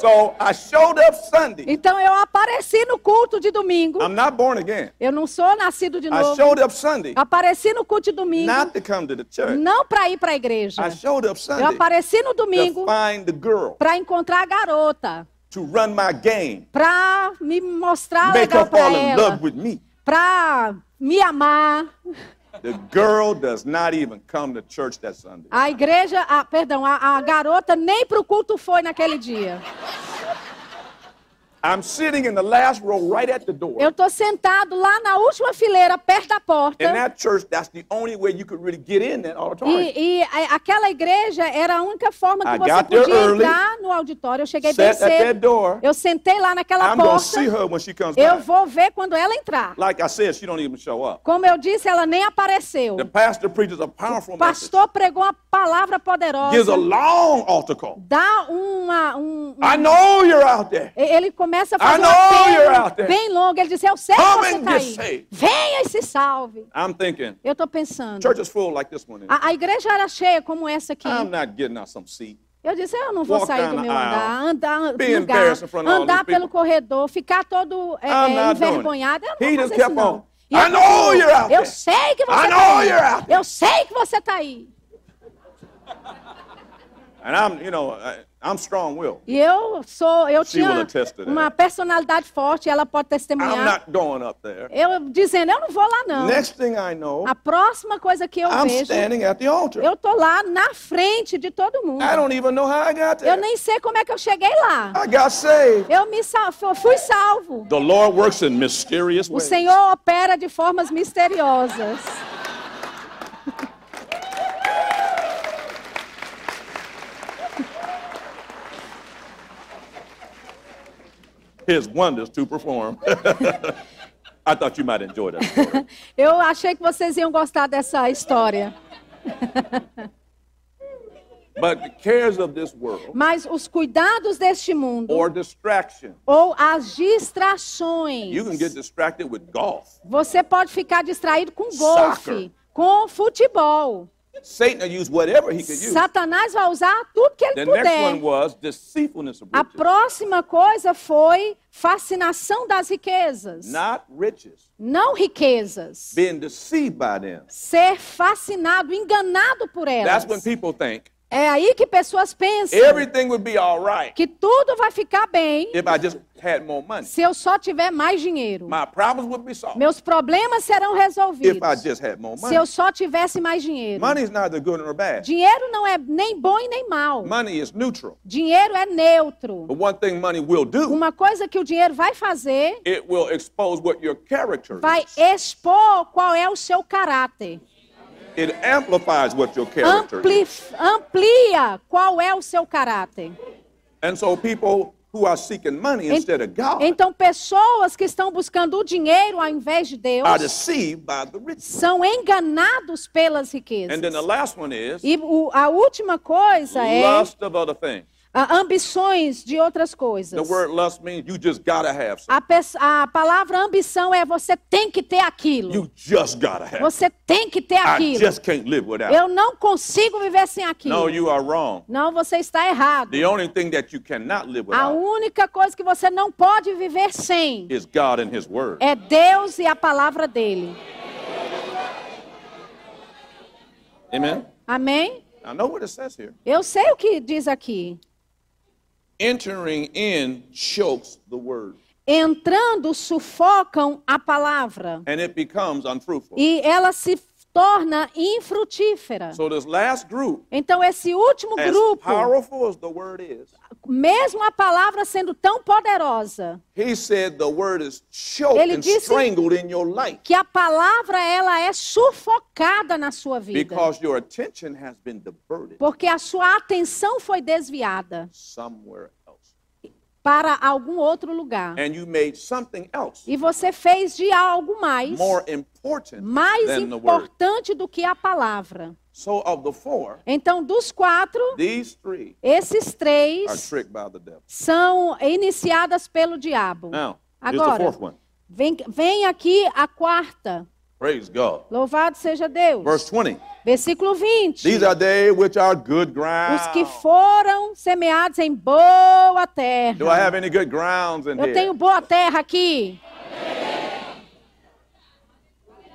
S3: So I showed up Sunday.
S2: Então eu apareci no culto de domingo.
S3: I'm not born again.
S2: Eu não sou nascido de
S3: I
S2: novo.
S3: showed up Sunday,
S2: Apareci no culto de domingo,
S3: not to come to the church.
S2: não para ir para a igreja.
S3: I showed
S2: Eu
S3: up Sunday
S2: apareci no
S3: to
S2: domingo
S3: find the girl
S2: para encontrar a garota,
S3: to run my game,
S2: para me mostrar
S3: make her
S2: legal para
S3: fall in love
S2: ela,
S3: with me.
S2: para me amar.
S3: The girl does not even come to church that Sunday.
S2: A igreja, ah, perdão, a, a garota nem para o culto foi naquele dia.
S3: I'm sitting in the last row right at the
S2: Eu
S3: door.
S2: tô sentado lá na última fileira, perto da porta.
S3: In that church, that's the only way you could really get in that auditorium.
S2: E, e a- aquela igreja era a única forma que
S3: I
S2: você
S3: got there
S2: podia
S3: early.
S2: entrar no auditório. Eu cheguei bem
S3: Sat at that
S2: cedo.
S3: door.
S2: Eu sentei lá naquela
S3: I'm gonna see
S2: porta.
S3: her when she comes
S2: Eu
S3: back.
S2: vou ver quando ela entrar.
S3: Like I said, she don't even show up.
S2: Como eu disse, ela nem apareceu.
S3: The pastor preaches a powerful
S2: O
S3: message,
S2: Oh. pastor pregou uma palavra
S3: gives a
S2: poderosa.
S3: long altar call.
S2: Dá uma. Um, um-
S3: I know you're out there.
S2: E- Ele começa a
S3: I
S2: fazer
S3: know you're
S2: uma
S3: out
S2: pena
S3: there.
S2: bem longa. Ele diz: Eu sei que
S3: Come
S2: você
S3: and
S2: está
S3: get
S2: aí.
S3: saved.
S2: Venha e se salve.
S3: I'm thinking,
S2: Eu estou pensando.
S3: church is full like this one. is.
S2: A, a igreja era cheia como essa aqui.
S3: I'm not getting out some seat.
S2: Eu disse, eu não vou
S3: Walk
S2: sair
S3: down
S2: do
S3: the
S2: meu
S3: aisle.
S2: andar, andar,
S3: Be
S2: lugar,
S3: embarrassed in front of all
S2: andar
S3: these people.
S2: pelo corredor, ficar todo é, é,
S3: I'm not doing it.
S2: envergonhado. Eu
S3: He
S2: não vou
S3: just
S2: fazer isso,
S3: kept on.
S2: não. E
S3: I
S2: eu
S3: know
S2: continuo,
S3: you're out
S2: Eu
S3: there.
S2: sei que
S3: I
S2: você
S3: know
S2: tá aí.
S3: you're out there.
S2: Eu sei que você tá aí.
S3: And I'm, you know, I, I'm strong-willed.
S2: E eu sou, eu
S3: She will
S2: tinha
S3: attest to that.
S2: uma personalidade forte, ela pode
S3: I'm
S2: testemunhar.
S3: not going up there.
S2: Eu dizendo, eu não vou lá não.
S3: Next thing I know,
S2: A próxima coisa que eu
S3: I'm
S2: vejo,
S3: standing at the altar.
S2: eu tô lá na frente de todo mundo.
S3: I don't even know how I
S2: Eu
S3: got there.
S2: nem sei como é que eu cheguei lá.
S3: I got saved.
S2: Eu me sal- eu fui salvo.
S3: The Lord works in mysterious
S2: O
S3: ways.
S2: Senhor opera de formas misteriosas.
S3: His wonders to perform. <laughs> I thought you might enjoy that. story.
S2: Eu achei que vocês iam gostar dessa história.
S3: But the cares of this world
S2: Mas os cuidados deste mundo
S3: or distraction.
S2: ou as distrações.
S3: You can get distracted with golf.
S2: Você pode ficar distraído com golfe,
S3: Soccer.
S2: com futebol.
S3: Satan will use whatever he could use.
S2: Satanás vai usar tudo que ele
S3: The next one
S2: puder.
S3: was deceitfulness of
S2: A
S3: riches.
S2: próxima coisa foi fascinação das riquezas.
S3: Not riches.
S2: Não riquezas.
S3: Being deceived by them.
S2: Ser fascinado, enganado por elas.
S3: That's when people think
S2: É aí que pessoas pensam.
S3: everything would be all right
S2: que tudo vai ficar bem
S3: if I just had more money.
S2: se eu só tiver mais dinheiro.
S3: My problems would be solved
S2: Meus problemas serão
S3: if I
S2: resolvidos
S3: just had more
S2: se eu
S3: money.
S2: só tivesse mais dinheiro.
S3: Money is neither good nor bad.
S2: Dinheiro não é nem bom e nem mal.
S3: Money is neutral.
S2: Dinheiro é neutro.
S3: But one thing money will do,
S2: Uma coisa que o dinheiro vai fazer
S3: it will expose what your character
S2: vai
S3: is.
S2: expor qual é o seu caráter.
S3: It amplifies what your character
S2: Ampli-
S3: is.
S2: amplia qual é o seu caráter.
S3: And so people who are seeking money instead of God
S2: Então, pessoas que estão buscando o dinheiro ao invés de Deus
S3: are deceived by the riches.
S2: são enganados pelas
S3: And
S2: riquezas.
S3: then the last one is
S2: E o- a última coisa é
S3: lust of other things.
S2: a, ambições de outras
S3: The
S2: coisas.
S3: word lust means you just gotta have something.
S2: A, pes- a palavra ambição é você tem que ter aquilo.
S3: You just gotta have it. Ah,
S2: Você tem que ter
S3: I
S2: aquilo.
S3: just can't live without it.
S2: Eu não consigo viver sem aquilo.
S3: No, you are wrong.
S2: Não, você está errado.
S3: The only thing that you cannot live
S2: A
S3: without
S2: única coisa que você não pode viver sem
S3: is God and His Word.
S2: é Deus e a palavra dele.
S3: Amen.
S2: Amém?
S3: I know what it says here.
S2: Eu sei o que diz aqui.
S3: Entering in chokes the word,
S2: Entrando, sufocam a palavra
S3: and it becomes unfruitful.
S2: e ela se torna infrutífera.
S3: So this last group,
S2: Então, esse último
S3: as
S2: grupo,
S3: powerful as the word is,
S2: mesmo a palavra sendo tão poderosa,
S3: he said the word is choked
S2: Ele
S3: and
S2: disse-
S3: strangled in your life
S2: que a palavra ela é sufocada na sua vida,
S3: because your attention has been diverted
S2: porque a sua atenção foi desviada
S3: somewhere else.
S2: para algum outro lugar.
S3: and you made something else
S2: E você fez de algo mais,
S3: more important
S2: mais
S3: than the word.
S2: importante do que a palavra.
S3: So of the four,
S2: Então, dos quatro,
S3: these three
S2: esses
S3: are
S2: três
S3: tricked by the devil.
S2: são iniciadas pelo diabo.
S3: Now, here's the
S2: Agora.
S3: fourth one.
S2: Vem, vem aqui a quarta.
S3: Praise God.
S2: Louvado seja Deus.
S3: Verse 20.
S2: Versículo 20.
S3: These are they which are good ground.
S2: Os que foram semeados em boa
S3: Do I
S2: terra.
S3: have any good grounds in
S2: Eu tenho
S3: here?
S2: boa terra aqui.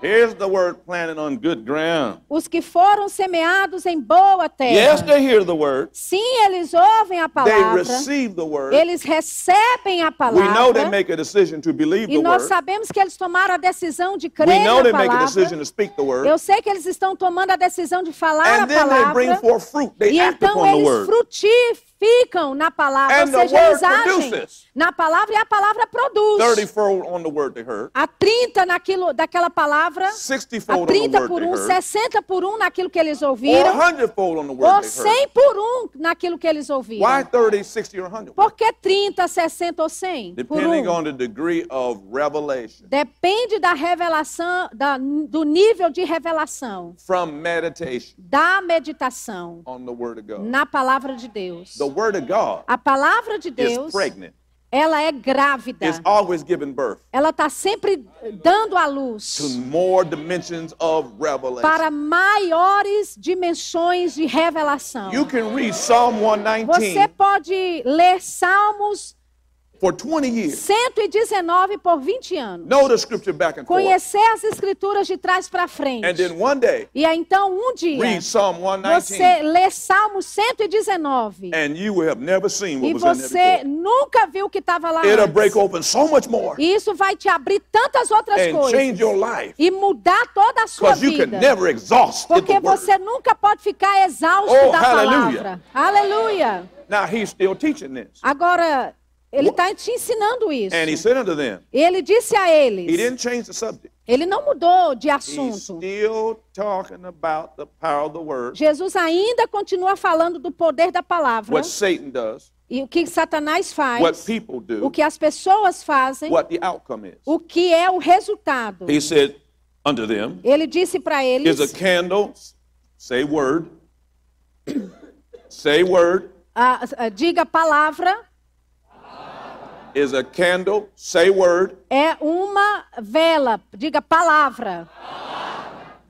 S3: Here's the word planted on good ground.
S2: Os que foram semeados em boa
S3: Yes,
S2: terra.
S3: they hear the word.
S2: Sim, eles ouvem a
S3: They
S2: palavra.
S3: receive the word.
S2: Eles recebem a
S3: We know they
S2: palavra.
S3: make a decision to believe
S2: E
S3: the
S2: nós
S3: word.
S2: sabemos que eles tomaram a decisão de crer
S3: We
S2: na
S3: know they make a decision
S2: palavra.
S3: to speak the word.
S2: Eu sei que eles estão tomando a decisão de falar a
S3: And then they bring
S2: palavra.
S3: forth fruit. They
S2: E
S3: act
S2: então
S3: upon the
S2: eles
S3: word.
S2: frutificam na palavra,
S3: And
S2: ou seja,
S3: the
S2: eles
S3: word
S2: agem
S3: produces.
S2: na palavra e a palavra produz.
S3: Thirtyfold on the word they heard.
S2: A 30 naquilo, daquela palavra, a
S3: Sixtyfold on the
S2: 30
S3: word
S2: por
S3: they
S2: 1,
S3: heard.
S2: 60 por 1 naquilo que eles
S3: Or
S2: ouviram,
S3: hundredfold on the word
S2: ou
S3: they heard.
S2: 100 por 1 naquilo que eles
S3: Why
S2: ouviram.
S3: 30, 60, or 100?
S2: Por que 30, 60 ou 100 por 1?
S3: Depending on the degree of revelation
S2: Depende da revelação, da- do nível de revelação,
S3: from meditation
S2: da meditação
S3: on the word of God.
S2: na palavra de Deus.
S3: The word of God
S2: A palavra de
S3: is
S2: Deus,
S3: pregnant.
S2: ela é grávida.
S3: It's always giving birth
S2: ela está sempre dando à
S3: to
S2: luz
S3: more dimensions of revelation.
S2: para maiores dimensões de revelação.
S3: You can read Psalm
S2: Você
S3: 119
S2: pode ler Salmos
S3: for 20 years.
S2: 119 por 20 anos.
S3: Know the scripture back and forth.
S2: Conhecer as escrituras de trás para
S3: And
S2: frente.
S3: then one day,
S2: E aí, então, um dia,
S3: É read Psalm
S2: você
S3: 119
S2: lê Salmo 119
S3: and you will have never seen
S2: e
S3: what was in there
S2: você
S3: before.
S2: nunca viu o que estava lá
S3: It'll
S2: antes.
S3: break open so much more
S2: E isso vai te abrir tantas outras
S3: and change
S2: coisas
S3: your life
S2: e mudar toda a sua
S3: because you can
S2: vida.
S3: never exhaust
S2: Porque
S3: the word.
S2: você nunca pode ficar exausto
S3: Oh,
S2: da
S3: hallelujah.
S2: palavra. Aleluia.
S3: Now he's still teaching this.
S2: Agora, ele está te ensinando Ah, isso.
S3: And he said unto them,
S2: E ele disse a
S3: He
S2: eles,
S3: didn't change the subject.
S2: ele não mudou de
S3: He's
S2: assunto.
S3: still talking about the power of the word,
S2: Jesus ainda continua falando do poder da palavra
S3: what Satan does,
S2: e o que Satanás
S3: what
S2: faz,
S3: people
S2: o
S3: do,
S2: que as pessoas fazem,
S3: what the outcome is.
S2: o que é o resultado.
S3: He said unto them,
S2: Ele disse para eles,
S3: Is a candle, say word, say word,
S2: ah, ah, diga palavra,
S3: is a candle, say word.
S2: é uma vela, diga palavra.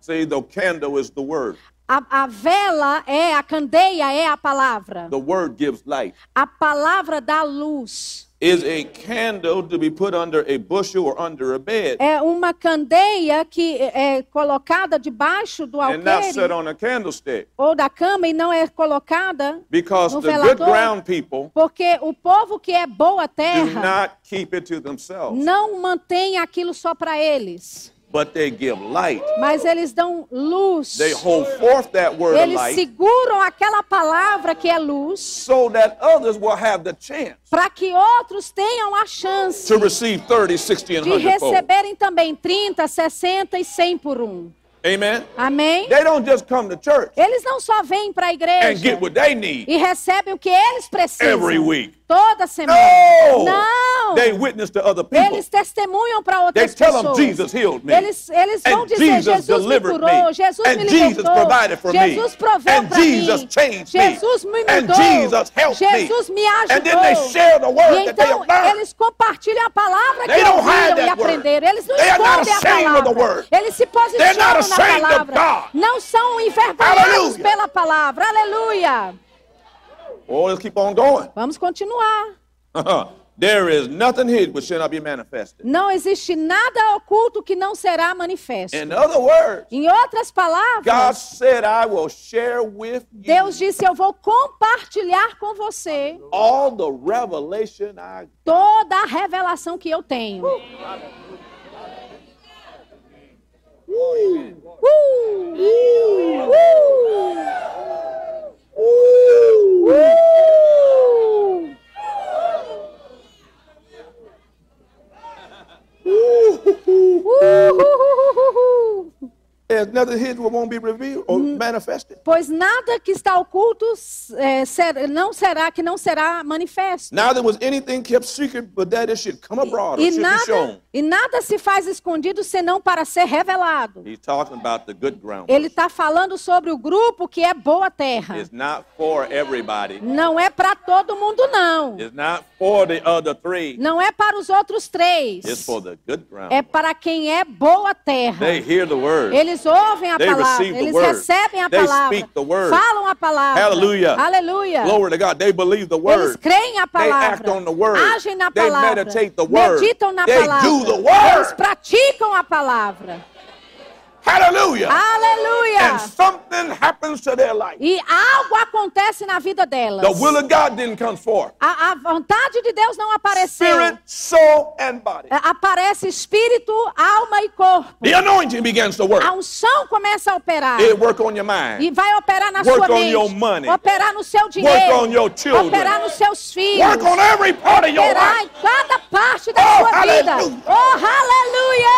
S3: See, the candle is the word.
S2: A, a vela é, a candeia é a palavra.
S3: The word gives light.
S2: A palavra dá luz.
S3: Is a candle to be put under a bushel or under a bed
S2: É uma candeia que é colocada debaixo do
S3: and not
S2: alqueire
S3: set on a candlestick?
S2: ou da cama e não é colocada,
S3: Because
S2: No
S3: the good
S2: velador.
S3: ground people
S2: porque o povo que é boa
S3: do
S2: terra
S3: not keep it to themselves,
S2: não mantém aquilo só para eles,
S3: but they give light.
S2: mas eles dão luz.
S3: They hold forth that word of
S2: Eles
S3: light
S2: seguram aquela palavra que é luz
S3: so that others will have the chance
S2: para que outros tenham a chance
S3: to receive 30, 60, and
S2: de
S3: 100 fold.
S2: receberem também 30, 60 e 100 por um.
S3: Amen.
S2: Amém?
S3: They don't just come to church
S2: Eles não só vêm para a
S3: and
S2: igreja
S3: get what they need
S2: e recebem o que eles precisam
S3: every week.
S2: toda semana.
S3: No!
S2: Não!
S3: They witness to other people.
S2: Eles testemunham para
S3: They
S2: outras
S3: tell them
S2: pessoas.
S3: Jesus healed me.
S2: Eles, eles vão
S3: And
S2: dizer,
S3: Jesus
S2: Jesus, me
S3: delivered
S2: curou,
S3: me.
S2: Jesus
S3: And
S2: me
S3: Jesus
S2: libertou,
S3: provided for me.
S2: Jesus proveu
S3: And
S2: para mim,
S3: Jesus changed me.
S2: Jesus me
S3: And
S2: mudou,
S3: Jesus helped me.
S2: Jesus me ajudou.
S3: And then they share the word
S2: e
S3: that they
S2: então
S3: have learned.
S2: eles compartilham a palavra
S3: They
S2: que
S3: don't
S2: ouviram
S3: hide
S2: e
S3: that word.
S2: aprenderam, eles não
S3: They are not
S2: escondem a
S3: ashamed of the
S2: palavra,
S3: word.
S2: eles se
S3: They're not
S2: posicionam na
S3: ashamed of
S2: palavra,
S3: God.
S2: não são envergonhados
S3: Hallelujah.
S2: pela palavra, aleluia.
S3: Oh, let's keep on going. <laughs>
S2: Vamos continuar.
S3: Uh-huh. There is nothing hid which shall not be manifested.
S2: Não existe nada oculto que não será manifesto.
S3: In other words,
S2: Em outras
S3: God
S2: palavras,
S3: said, I will share with you
S2: Deus disse: Eu vou compartilhar com você
S3: all the revelation I
S2: toda a revelação que eu tenho.
S3: Ooh.
S2: Uh! Uh!
S3: Ooh. Ooh.
S2: Uh!
S3: Ooh.
S2: Uh!
S3: There's nothing hidden that won't be revealed or manifested.
S2: Pois nada que está oculto é, ser- não será que não será manifesto.
S3: Now there was anything kept secret, but that it should come abroad or
S2: E
S3: should be shown.
S2: nada, e nada se faz escondido senão para ser revelado.
S3: He's talking about the good ground.
S2: Ele está falando sobre o grupo que é boa terra.
S3: It's not for everybody.
S2: Não é para todo mundo, não.
S3: It's not for the other three.
S2: Não é para os outros três.
S3: It's for the good ground.
S2: É para quem é boa terra.
S3: They hear the word.
S2: Eles ouvem a
S3: They
S2: palavra,
S3: receive the
S2: eles
S3: word.
S2: recebem a
S3: They
S2: palavra,
S3: speak the word.
S2: falam a palavra.
S3: Hallelujah.
S2: Aleluia.
S3: Glory to God. They believe the
S2: Eles
S3: word.
S2: creem a palavra,
S3: act on the word.
S2: agem na
S3: They
S2: palavra,
S3: meditate the word.
S2: meditam na
S3: They
S2: palavra,
S3: do the word.
S2: eles praticam a palavra.
S3: Hallelujah.
S2: Aleluia.
S3: And something happens to their life.
S2: E algo acontece na vida delas.
S3: The will of God didn't come forth.
S2: A, a vontade de Deus não apareceu.
S3: Spirit, soul, and body.
S2: É, Aparece espírito, alma e corpo.
S3: The anointing begins to work.
S2: A unção começa a operar.
S3: It work on your
S2: E
S3: mind.
S2: vai operar na
S3: Work
S2: sua
S3: on
S2: mente.
S3: your money.
S2: Operar no seu dinheiro.
S3: on your children.
S2: Operar nos seus filhos.
S3: Work on every part of your
S2: operar em
S3: life.
S2: cada parte da
S3: Oh,
S2: sua vida.
S3: hallelujah.
S2: Oh, aleluia!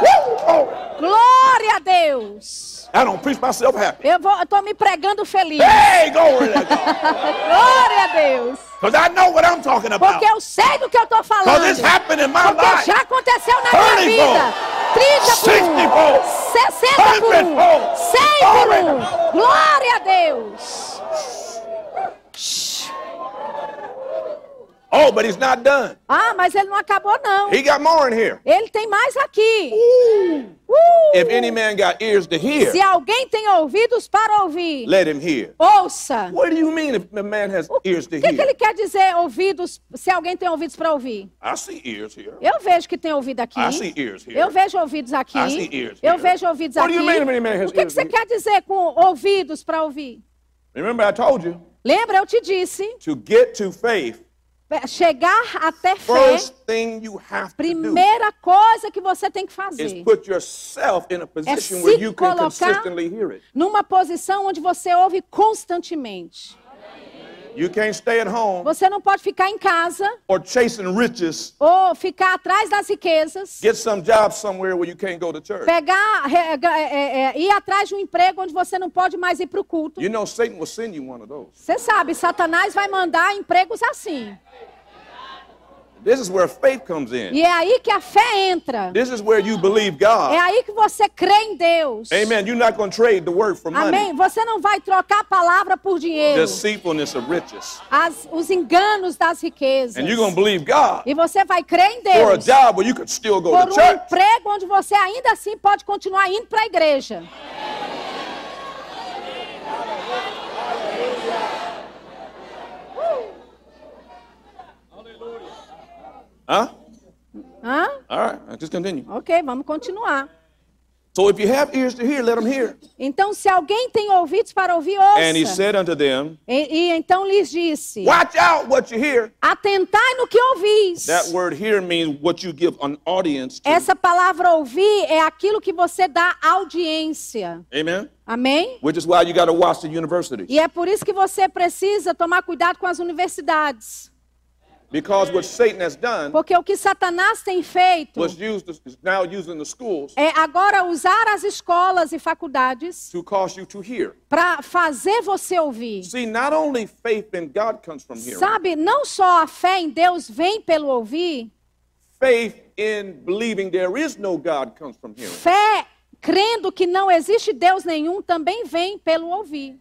S3: Woo! Oh,
S2: Glória a Deus!
S3: I don't preach myself happy.
S2: Eu estou me pregando feliz.
S3: Hey, glory to God.
S2: Glória a Deus!
S3: Because I know what I'm talking about.
S2: Porque eu sei do que eu estou falando.
S3: Because it's happened in my
S2: Porque
S3: life.
S2: já aconteceu na minha
S3: 30
S2: vida. 30 por
S3: 60
S2: um,
S3: por
S2: 60 por 1, 100
S3: 100
S2: por
S3: Glória.
S2: 1. Glória a Deus.
S3: Oh, but he's not done.
S2: Ah, mas ele não acabou não.
S3: He got more in here.
S2: Ele tem mais aqui. Uh!
S3: If any man got ears to hear,
S2: Se alguém tem ouvidos para ouvir,
S3: let him hear.
S2: ouça.
S3: What do you mean if the man has
S2: O que,
S3: ears to
S2: que
S3: hear?
S2: ele quer dizer ouvidos, se alguém tem ouvidos para ouvir?
S3: I see ears here.
S2: Eu vejo que tem ouvido aqui.
S3: I see Ah, ears here.
S2: Eu vejo ouvidos aqui.
S3: I see ears
S2: Eu
S3: here.
S2: vejo ouvidos
S3: What do
S2: aqui.
S3: you mean, many man has
S2: O que, que
S3: ears
S2: você
S3: here?
S2: quer dizer com ouvidos para ouvir?
S3: Remember, I told you
S2: Lembra, eu te disse,
S3: to get to faith,
S2: pe- chegar até fé,
S3: first thing you have to do
S2: primeira coisa que você tem que
S3: is
S2: fazer.
S3: put yourself in a position where
S2: se
S3: you can
S2: colocar-
S3: consistently hear it.
S2: Numa posição onde você ouve constantemente.
S3: You can't stay at home
S2: Você não pode ficar em casa
S3: or chasing riches,
S2: ou ficar atrás das riquezas,
S3: get some job somewhere where you can't go to church.
S2: pegar, re- ga- é, é, é, ir atrás de um emprego onde você não pode mais ir para o culto.
S3: You know, Satan will send you one of those.
S2: Você sabe, Satanás vai mandar empregos assim.
S3: This is where faith comes in.
S2: E é aí que a fé entra.
S3: This is where you believe
S2: É
S3: God.
S2: aí que você crê em Deus.
S3: Amen. You're not going to trade the word for money.
S2: Amém? Você não vai trocar a palavra por dinheiro.
S3: Deceitfulness of riches.
S2: As- os enganos das riquezas.
S3: And you're going to believe God
S2: E você vai crer em
S3: for a
S2: Deus.
S3: job where you could still go
S2: Por
S3: to
S2: um
S3: church.
S2: emprego onde você ainda assim pode continuar indo para a igreja.
S3: Huh?
S2: Hã?
S3: All right, just continue.
S2: Ok, vamos continuar.
S3: So if you have ears to hear, let them hear.
S2: Então, se alguém tem ouvidos para ouvir, ouça.
S3: And he said unto them,
S2: E, e então lhes disse:
S3: Watch out what you hear.
S2: Atentai no que ouvis.
S3: That word hear means what you give an audience to.
S2: Essa palavra ouvir é aquilo que você dá audiência.
S3: Amen.
S2: Amém?
S3: Which is why you got to watch the universities.
S2: E é por isso que você precisa tomar cuidado com as universidades.
S3: Because what Satan has done
S2: Porque o que Satanás tem feito
S3: was used is now using the schools
S2: é agora usar as escolas e faculdades
S3: to cause you to hear.
S2: para fazer você ouvir.
S3: See, not only faith in God comes from hearing,
S2: Sabe, não só a fé em Deus vem pelo ouvir,
S3: faith in believing there is no God comes from hearing.
S2: fé crendo que não existe Deus nenhum também vem pelo ouvir.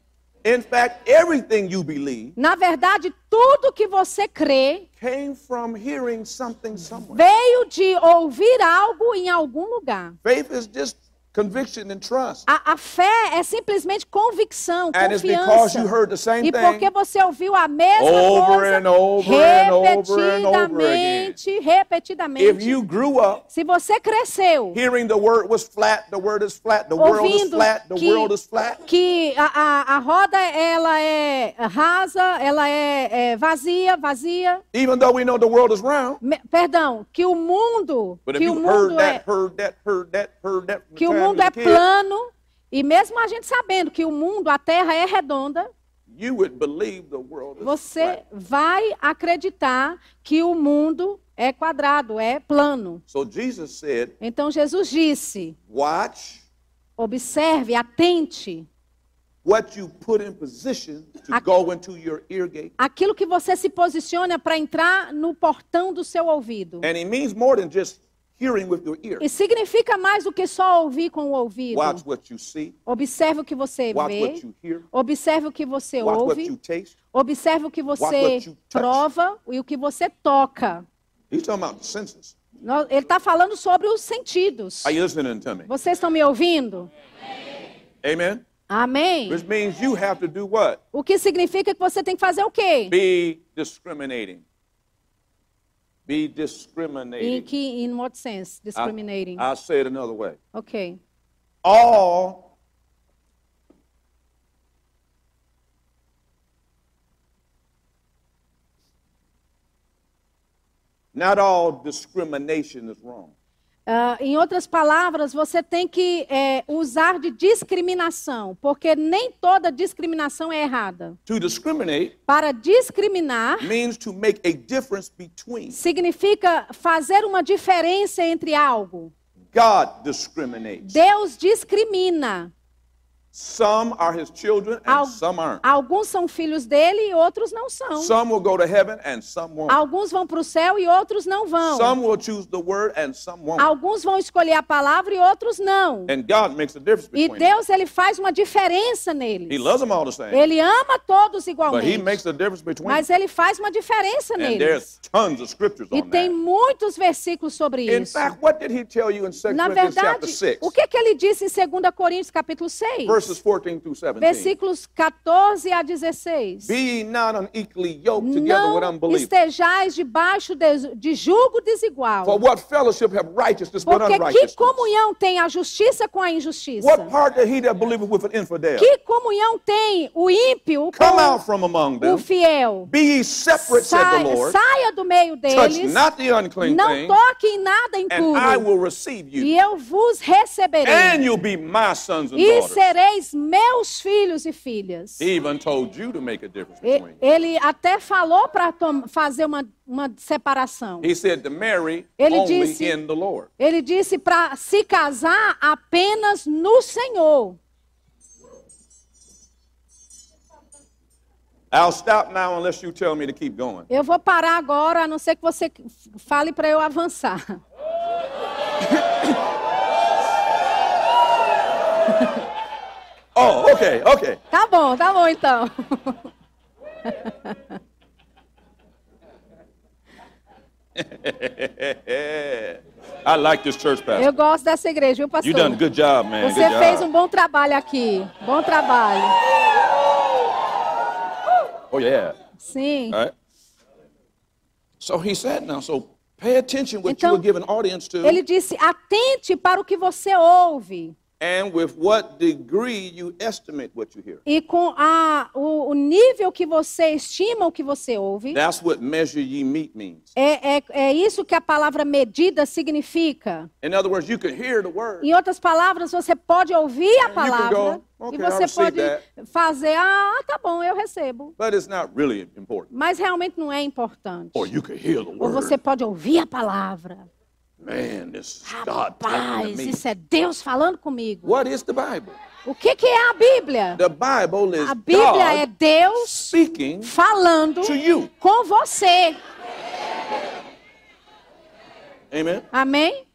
S3: In fact, everything you believe
S2: Na verdade, tudo que você crê
S3: came from hearing something somewhere.
S2: veio de ouvir algo em algum lugar.
S3: Faith is just conviction and trust.
S2: A, a fé é simplesmente convicção,
S3: And it's because
S2: confiança.
S3: you heard the same
S2: E porque
S3: thing.
S2: você ouviu a mesma
S3: Over
S2: coisa
S3: and over and over and over again.
S2: repetidamente, repetidamente.
S3: If you grew up
S2: Se você cresceu
S3: hearing the word was flat, the word is flat, the world is
S2: ouvindo
S3: flat, the world is flat,
S2: que, que a, a, a roda ela é rasa, ela é, é vazia, vazia.
S3: even though we know the world is round.
S2: Me- perdão, que o mundo,
S3: But if
S2: que o
S3: you heard
S2: mundo
S3: that,
S2: é,
S3: heard that, heard that, heard that, from the
S2: que o
S3: time
S2: mundo é
S3: you was a kid,
S2: plano e mesmo a gente sabendo que o mundo, a Terra é redonda,
S3: you would believe the world is
S2: você
S3: flat.
S2: vai acreditar que o mundo é quadrado, é plano.
S3: So Jesus said,
S2: Então Jesus disse:
S3: Watch
S2: observe, atente
S3: what you put in position to go into your ear gate.
S2: aquilo que você se posiciona para entrar no portão do seu ouvido.
S3: And it means more than just hearing with your ear.
S2: E significa mais do que só ouvir com o ouvido.
S3: Watch what you see,
S2: Observe o que você
S3: watch what
S2: vê,
S3: you hear,
S2: observe o que você
S3: watch what you
S2: ouve,
S3: taste.
S2: observe o que
S3: what
S2: você
S3: you touch.
S2: prova e o que você toca.
S3: He's talking about senses.
S2: No- Ele está falando sobre os sentidos.
S3: Are you listening to me?
S2: Vocês estão me ouvindo?
S3: Amen.
S2: Amém?
S3: Which means you have to do what?
S2: O que significa que você tem que fazer o quê?
S3: Be discriminating. Be
S2: Em
S3: discriminating.
S2: que, in what
S3: Ah,
S2: sense? Discriminating.
S3: I, will say it another way.
S2: Ok.
S3: All Not all discrimination is wrong.
S2: Ah, em outras palavras, você tem que eh, usar de discriminação, porque nem toda discriminação é errada.
S3: To discriminate
S2: Para discriminar,
S3: means to make a difference between.
S2: significa fazer uma diferença entre algo.
S3: God discriminates.
S2: Deus discrimina.
S3: Some are his children and
S2: Al-
S3: some aren't.
S2: Alguns são filhos dele e outros não são.
S3: Some will go to heaven and some won't.
S2: Alguns vão para o céu e outros não vão.
S3: Some will choose the word and some won't.
S2: Alguns vão escolher a palavra e outros não.
S3: And God makes a difference
S2: E
S3: between them.
S2: Deus ele faz uma diferença
S3: He
S2: neles.
S3: loves them all the same,
S2: Ele ama todos
S3: but He
S2: igualmente.
S3: makes a difference between them.
S2: Mas ele faz uma diferença
S3: And
S2: neles.
S3: there's tons of scriptures
S2: E
S3: on
S2: tem
S3: that.
S2: muitos versículos sobre
S3: In
S2: isso.
S3: fact, what did He tell you in 2
S2: Na
S3: Corinthians
S2: verdade,
S3: chapter 6,
S2: o que, que ele disse em 2 Coríntios capítulo 6?
S3: verses 14 through 17?
S2: Versículos 14 a 16.
S3: Be ye not unequally yoked together with
S2: Não
S3: unbelievers.
S2: estejais debaixo de, de julgo desigual.
S3: For what fellowship have righteousness with
S2: Porque que
S3: unrighteousness?
S2: comunhão tem a justiça com a injustiça?
S3: What part did he that believeth with an infidel?
S2: Que comunhão tem o ímpio
S3: Come
S2: com
S3: out from among
S2: o
S3: them.
S2: fiel?
S3: Be ye separate, said
S2: Sai-
S3: the Lord.
S2: saia do meio
S3: Touch
S2: deles.
S3: not the unclean
S2: Não
S3: thing,
S2: toque em nada
S3: and I
S2: impuro.
S3: will receive you.
S2: E eu vos receberei.
S3: And you'll be my sons and
S2: e
S3: daughters.
S2: sereis meus filhos e filhas.
S3: He even told you to make a difference
S2: E-
S3: between. you.
S2: ele até falou para fazer uma, uma separação.
S3: He said to marry
S2: Ele
S3: only
S2: disse-
S3: in the Lord.
S2: Ele disse para se casar apenas no Senhor.
S3: I'll stop now unless you tell me to keep going.
S2: Eu vou parar agora, a não ser que você fale para eu avançar. <laughs>
S3: Oh, okay, okay. <laughs>
S2: Tá bom, tá bom então.
S3: I like this church pastor.
S2: Eu gosto dessa igreja, viu, pastor?
S3: You done a good job, man.
S2: Você
S3: good
S2: fez um
S3: job.
S2: bom trabalho aqui. Bom trabalho.
S3: Oh yeah.
S2: Sim.
S3: All right. So he said now, so pay attention what
S2: Então,
S3: you will give an audience to
S2: Ele disse: atente para o que você ouve.
S3: and with what degree you estimate what you hear.
S2: E com a, o, o nível que você estima o que você ouve,
S3: That's what measure ye meet means.
S2: é, é, é isso que a palavra medida significa.
S3: In other words, you can hear the word.
S2: Em outras palavras, você pode
S3: É,
S2: ouvir a palavra
S3: go,
S2: e
S3: "Okay, I
S2: você
S3: receive
S2: pode
S3: né?
S2: fazer, ah, tá bom, eu recebo.
S3: But it's not really important.
S2: Mas realmente não é importante.
S3: Or Oh, you can hear the
S2: Ou
S3: word.
S2: você pode ouvir a palavra. "Ah,
S3: Man, this is God talking
S2: Rapaz,
S3: to me.
S2: isso é Deus falando comigo.
S3: What is the Bible?
S2: O que, que é a Bíblia?
S3: The Bible is
S2: A Bíblia é
S3: God
S2: Deus
S3: speaking
S2: falando
S3: to you.
S2: com você.
S3: Amen.
S2: Amém?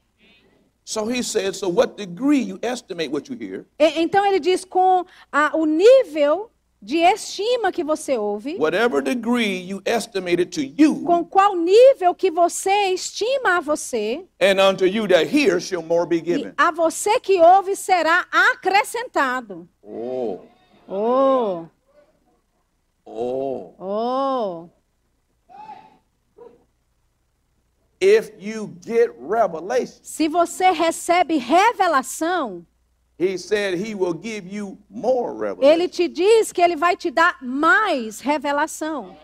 S3: So he said, so what degree you estimate what you hear,
S2: E- Então ele diz com a- o nível de estima que você ouve,
S3: whatever degree you estimate it to you,
S2: com qual nível que você estima a você,
S3: and unto you that hear shall more be
S2: e
S3: given.
S2: a você que ouve será acrescentado.
S3: Oh,
S2: Oh,
S3: oh.
S2: oh.
S3: If you get revelation,
S2: Se você recebe revelação,
S3: he said he will give you more revelation.
S2: ele te diz que ele vai te dar mais revelação.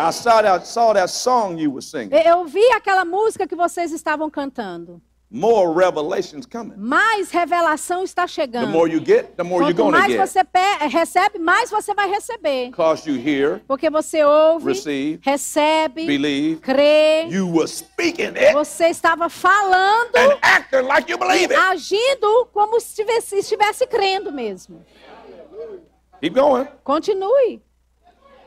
S3: I saw that, saw that song you were singing.
S2: E- Eu vi aquela música que vocês estavam cantando.
S3: more revelation's coming.
S2: Mais revelação está
S3: The more
S2: chegando.
S3: you get, the more you're
S2: Quanto
S3: going to
S2: mais
S3: get.
S2: você pe- recebe, mais você vai receber.
S3: Because you hear,
S2: Porque você ouve,
S3: receive,
S2: recebe,
S3: believe,
S2: crê.
S3: you were speaking it
S2: Você estava falando,
S3: and acting like you believe it.
S2: agindo como se estivesse, estivesse crendo mesmo.
S3: Keep going.
S2: Continue.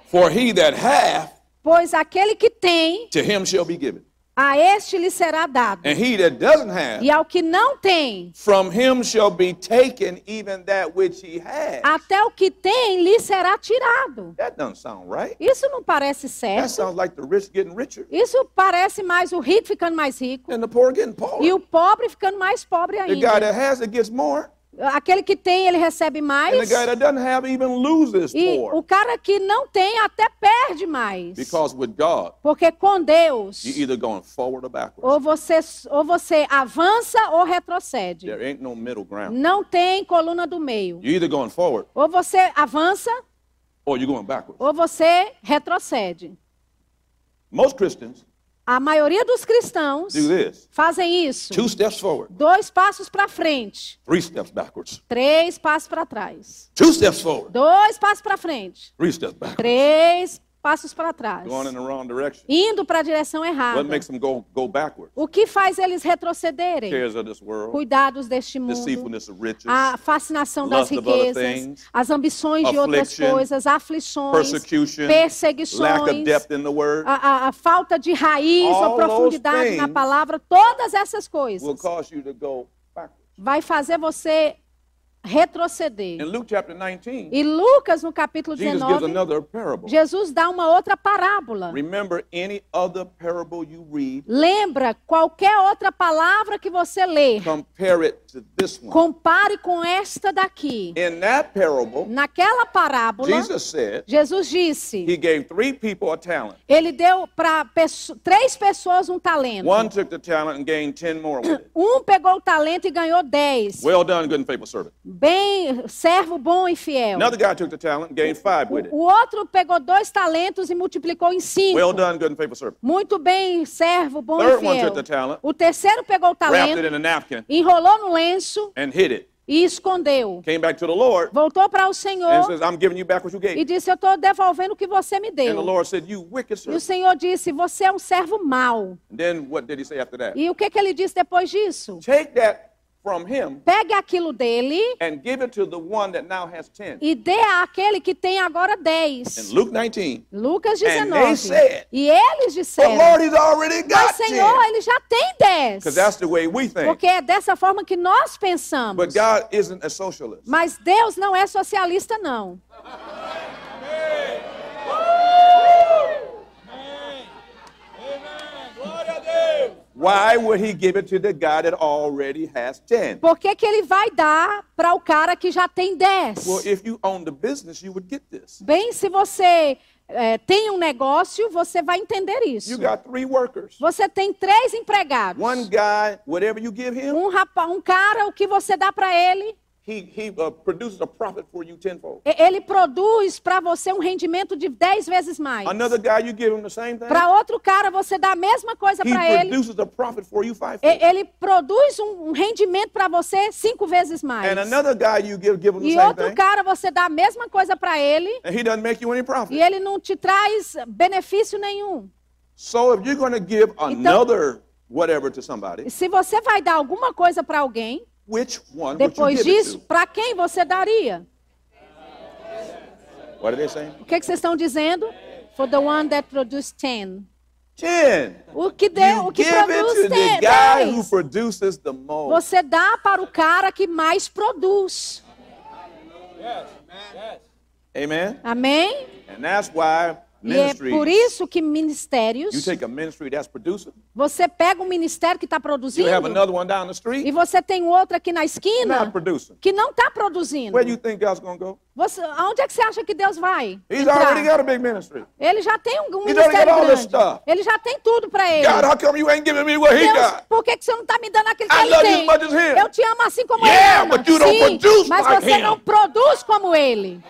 S3: For he that hath,
S2: Pois aquele que tem,
S3: to him shall be given.
S2: a este lhe será dado.
S3: And he that doesn't have,
S2: E ao que não tem,
S3: from him shall be taken even that which he has.
S2: até o que tem lhe será tirado.
S3: That doesn't sound right.
S2: Isso não parece
S3: That
S2: certo.
S3: sounds like the rich getting richer
S2: Isso parece mais o rico ficando mais rico
S3: and the poor getting
S2: e
S3: poorer.
S2: o pobre ficando mais pobre
S3: The guy
S2: ainda.
S3: that has it gets more,
S2: Aquele que tem, ele recebe mais.
S3: and the guy that doesn't have even loses
S2: E o
S3: more.
S2: cara que não tem até perde mais.
S3: Because with God,
S2: Porque com Deus,
S3: you're either going forward or backwards.
S2: ou você, ou você avança ou retrocede.
S3: There ain't no middle ground.
S2: Não tem coluna do meio.
S3: You're either going forward
S2: Ou você avança
S3: or you're going backwards.
S2: ou você retrocede.
S3: Most Christians
S2: A maioria dos cristãos
S3: do this
S2: fazem isso.
S3: two steps forward,
S2: Dois passos para frente,
S3: three steps backwards,
S2: três passos para trás.
S3: two steps forward,
S2: Dois passos para frente,
S3: three steps backwards,
S2: três passos para trás.
S3: going in the wrong direction.
S2: Indo para a direção errada.
S3: What makes them go, go backwards?
S2: O que faz eles retrocederem?
S3: Cares of this world,
S2: Cuidados deste mundo,
S3: deceitfulness of riches,
S2: a fascinação das
S3: lust of other
S2: riquezas,
S3: things,
S2: as ambições de outras
S3: affliction,
S2: coisas, aflições,
S3: persecution, lack of
S2: perseguições,
S3: depth in the word
S2: a, a- a falta de raiz
S3: All
S2: ou profundidade
S3: those
S2: na
S3: things
S2: palavra, todas essas
S3: will
S2: coisas
S3: cause you to go backwards.
S2: vai fazer você retroceder.
S3: In Luke chapter 19,
S2: E Lucas, no capítulo
S3: Jesus gives
S2: 19,
S3: another parable.
S2: Jesus dá uma outra parábola.
S3: Remember any other parable you read,
S2: Lembra qualquer outra palavra que você ler,
S3: compare it to this one.
S2: compare com esta daqui.
S3: In that parable,
S2: Naquela parábola,
S3: Jesus said
S2: Jesus disse,
S3: he gave three people a talent.
S2: ele deu para três pessoas um talento.
S3: One took the talent and gained 10 more with
S2: <coughs>
S3: it.
S2: Um pegou o talento e ganhou dez.
S3: Well done, good and faithful servant.
S2: Bem, servo bom e fiel.
S3: Another guy took the talent and gained five with it.
S2: O outro pegou dois talentos e multiplicou em cinco.
S3: Well done, good and faithful servant.
S2: Muito bem, servo, bom e
S3: Third one
S2: fiel.
S3: took the talent,
S2: O terceiro pegou o
S3: wrapped it
S2: talento,
S3: in a napkin,
S2: enrolou no lenço
S3: and hid it.
S2: e escondeu.
S3: Came back to the Lord
S2: Voltou para o
S3: and
S2: Senhor
S3: says, I'm giving you back what you
S2: e
S3: gave.
S2: disse: Eu estou devolvendo o que você me
S3: And the
S2: deu.
S3: Lord said, You wicked
S2: E o
S3: servant.
S2: Senhor disse: Você é um servo mau.
S3: And then what did he say after that?
S2: E o que, que ele disse depois disso?
S3: Take that from him
S2: Pegue aquilo dele
S3: and give it to the one that now has 10.
S2: e dê àquele que tem agora
S3: In
S2: dez.
S3: Luke 19,
S2: Lucas
S3: And they
S2: 19.
S3: said-
S2: E eles
S3: the
S2: disseram:
S3: Lord has already
S2: Mas
S3: got
S2: Senhor,
S3: 10.
S2: ele já tem dez.
S3: Because that's the way we think.
S2: Porque é dessa forma que nós pensamos.
S3: But God isn't a socialist.
S2: Mas Deus não é socialista, não.
S3: Why would he give it to the guy that already has 10?
S2: Por que, que ele vai dar para o cara que já tem 10?
S3: Well, if you owned the business, you would get this.
S2: Bem, se você eh, tem um negócio, você vai entender
S3: You
S2: isso.
S3: got three workers.
S2: Você tem três empregados.
S3: One guy, whatever you give him,
S2: Um, rapa- um cara, o que você dá para ele,
S3: he, he uh, produces a profit for you tenfold.
S2: e- ele produz para você um rendimento de 10 vezes mais.
S3: Another guy, you give him the same thing,
S2: Para outro cara, você dá a mesma coisa
S3: he
S2: para ele.
S3: produces a profit for you fivefold.
S2: e- Ele produz um, um rendimento para você cinco vezes mais.
S3: And another guy, you give, give him the
S2: E
S3: same
S2: outro
S3: thing,
S2: cara, você dá a mesma coisa para ele
S3: and he doesn't make you any
S2: e
S3: profit.
S2: ele não te traz benefício nenhum.
S3: So if you're going to give another whatever to somebody,
S2: Se você vai dar alguma coisa para alguém,
S3: which one would you
S2: depois
S3: give
S2: disso,
S3: it
S2: para quem você daria?
S3: to? What are they saying?
S2: O que, que vocês estão dizendo? For the one that produced ten.
S3: 10.
S2: O que deu,
S3: You
S2: o que
S3: give it
S2: produz
S3: to the
S2: ten,
S3: guy who
S2: dez.
S3: produces the most.
S2: Você dá para o cara que mais produz.
S3: Amen.
S2: Amém?
S3: And that's why
S2: E é
S3: ministry.
S2: por isso que
S3: You
S2: ministérios,
S3: take a ministry that's producing,
S2: você pega um ministério que está
S3: you have
S2: produzindo
S3: another one down the
S2: e
S3: street,
S2: você tem outro aqui na
S3: not
S2: esquina
S3: producing.
S2: que não está produzindo.
S3: Where do you think God's going to go?
S2: Você, aonde é que você acha que Deus vai?
S3: He's
S2: entrar?
S3: already got a big ministry.
S2: Ele já tem um, um
S3: He's already
S2: ministério
S3: got all this
S2: grande.
S3: stuff.
S2: Ele já tem tudo para ele.
S3: God, how come you ain't giving me what he
S2: Deus,
S3: got?
S2: por que, que você não está me dando aquilo que
S3: I
S2: ele
S3: love you
S2: tem?
S3: as much as him.
S2: Eu te amo assim como
S3: Yeah,
S2: ele ama.
S3: but you don't
S2: Sim,
S3: produce
S2: mas
S3: like
S2: você
S3: him.
S2: não produz como ele.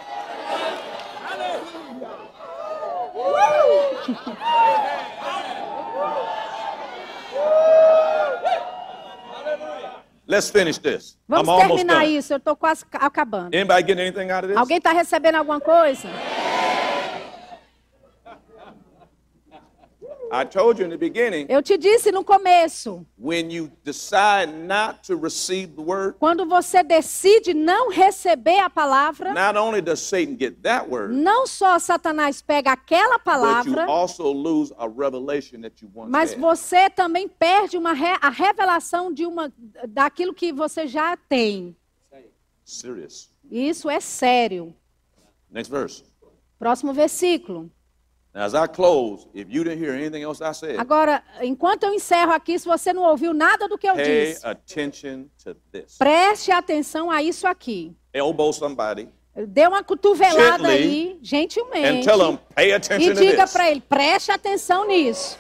S3: Let's finish this. I'm
S2: Vamos
S3: almost
S2: terminar
S3: done.
S2: isso, eu estou quase ca- acabando.
S3: Anybody getting anything out of this?
S2: Alguém está recebendo alguma coisa?
S3: I told you in the beginning,
S2: Eu te disse no começo,
S3: when you decide not to receive the word,
S2: quando você decide não receber a palavra,
S3: not only does Satan get that word,
S2: não só Satanás pega aquela
S3: but you
S2: palavra,
S3: also lose a revelation that you once
S2: mas
S3: had.
S2: você também perde uma re- a revelação de uma daquilo que você já tem.
S3: Serious.
S2: Isso é sério.
S3: Next verse.
S2: Próximo versículo.
S3: Now, as I close, if you didn't hear anything else I said,
S2: Agora, enquanto eu encerro aqui, se você não ouviu nada do que eu
S3: pay
S2: disse,
S3: attention to this.
S2: preste atenção a isso aqui.
S3: Elbow somebody
S2: Dê uma cotovelada
S3: Gently.
S2: aí, gentilmente.
S3: and tell them, pay attention
S2: E
S3: to
S2: diga
S3: this.
S2: para ele, preste atenção nisso.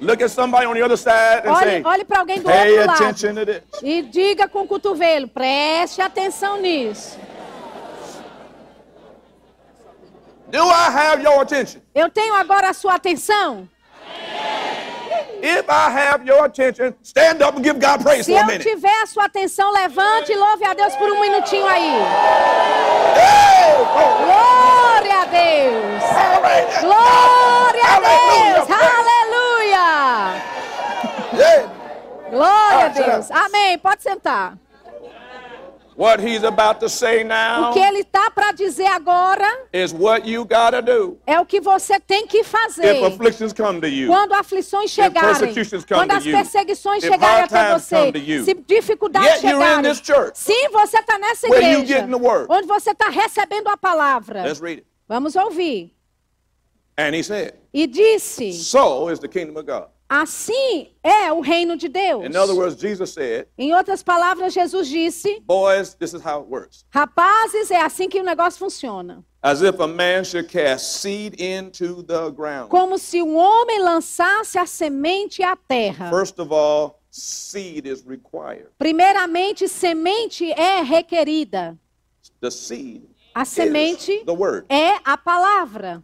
S3: Look at somebody on the other side and
S2: Olhe,
S3: say,
S2: olhe para alguém do
S3: pay
S2: outro lado
S3: attention to this.
S2: e diga com o cotovelo, preste atenção nisso.
S3: Do I have your attention?
S2: Eu tenho agora a sua atenção?
S3: If I have your attention, stand up and give God praise
S2: Se
S3: for a
S2: eu
S3: minute.
S2: tiver a sua atenção, levante e louve a Deus por um minutinho aí.
S3: Hey, glory.
S2: Glória a Deus!
S3: All right.
S2: Glória a Deus!
S3: Aleluia.
S2: Aleluia!
S3: Yeah.
S2: Glória a
S3: Glória a Deus.
S2: Deus! Amém. Pode sentar.
S3: What he's about to say
S2: O
S3: now
S2: que ele está para dizer agora
S3: is what you gotta do
S2: é o que você tem que fazer.
S3: if afflictions come to you.
S2: Quando aflições chegarem,
S3: persecutions come
S2: quando
S3: to
S2: as
S3: you,
S2: perseguições
S3: if
S2: chegarem
S3: hard
S2: até
S3: times come to you,
S2: você, se dificuldades
S3: yet you're in
S2: chegarem,
S3: this church,
S2: sim, você está nessa
S3: where you
S2: igreja,
S3: getting the word.
S2: onde você está recebendo a palavra.
S3: Let's read it.
S2: Vamos ouvir.
S3: And he said,
S2: E disse,
S3: So is the kingdom of God.
S2: assim é o reino de Deus.
S3: In other words, Jesus said,
S2: Em outras palavras, Jesus disse,
S3: Boys, this is how it works.
S2: rapazes, é assim que o negócio funciona.
S3: As if a man should cast seed into the ground.
S2: Como se um homem lançasse a semente à terra.
S3: First of all, seed is required.
S2: Primeiramente, semente é requerida.
S3: The seed
S2: A semente
S3: is the word.
S2: é a palavra.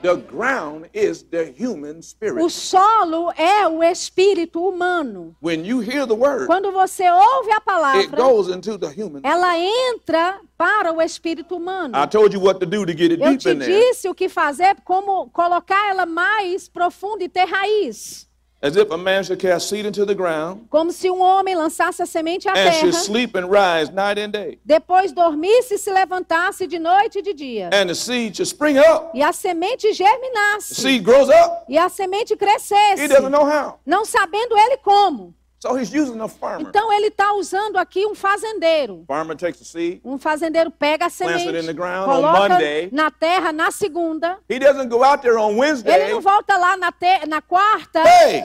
S3: The ground is the human spirit.
S2: O solo é o espírito humano.
S3: When you hear the word,
S2: Quando você ouve a
S3: it
S2: palavra,
S3: goes into the human.
S2: ela entra para o espírito humano.
S3: I told you what to do to get it
S2: Eu
S3: deep
S2: te
S3: in there.
S2: disse o que fazer, como colocar ela mais profunda e ter raiz.
S3: As if a man should cast seed into the ground
S2: Como se um homem lançasse a semente à
S3: and should
S2: terra,
S3: sleep and rise night and day.
S2: depois dormisse e se levantasse de noite e de dia.
S3: And the seed should spring up.
S2: E a semente
S3: The
S2: germinasse.
S3: seed grows up.
S2: E a semente
S3: He
S2: crescesse.
S3: doesn't know how.
S2: Não sabendo ele como.
S3: So he's using a farmer.
S2: Então ele está usando aqui um fazendeiro.
S3: Farmer takes the seed.
S2: Um fazendeiro pega a
S3: it in the
S2: semente,
S3: ground on
S2: coloca
S3: Monday.
S2: na terra na segunda.
S3: He doesn't go out there on
S2: Ele
S3: Wednesday.
S2: não volta lá na, te- na quarta.
S3: Hey,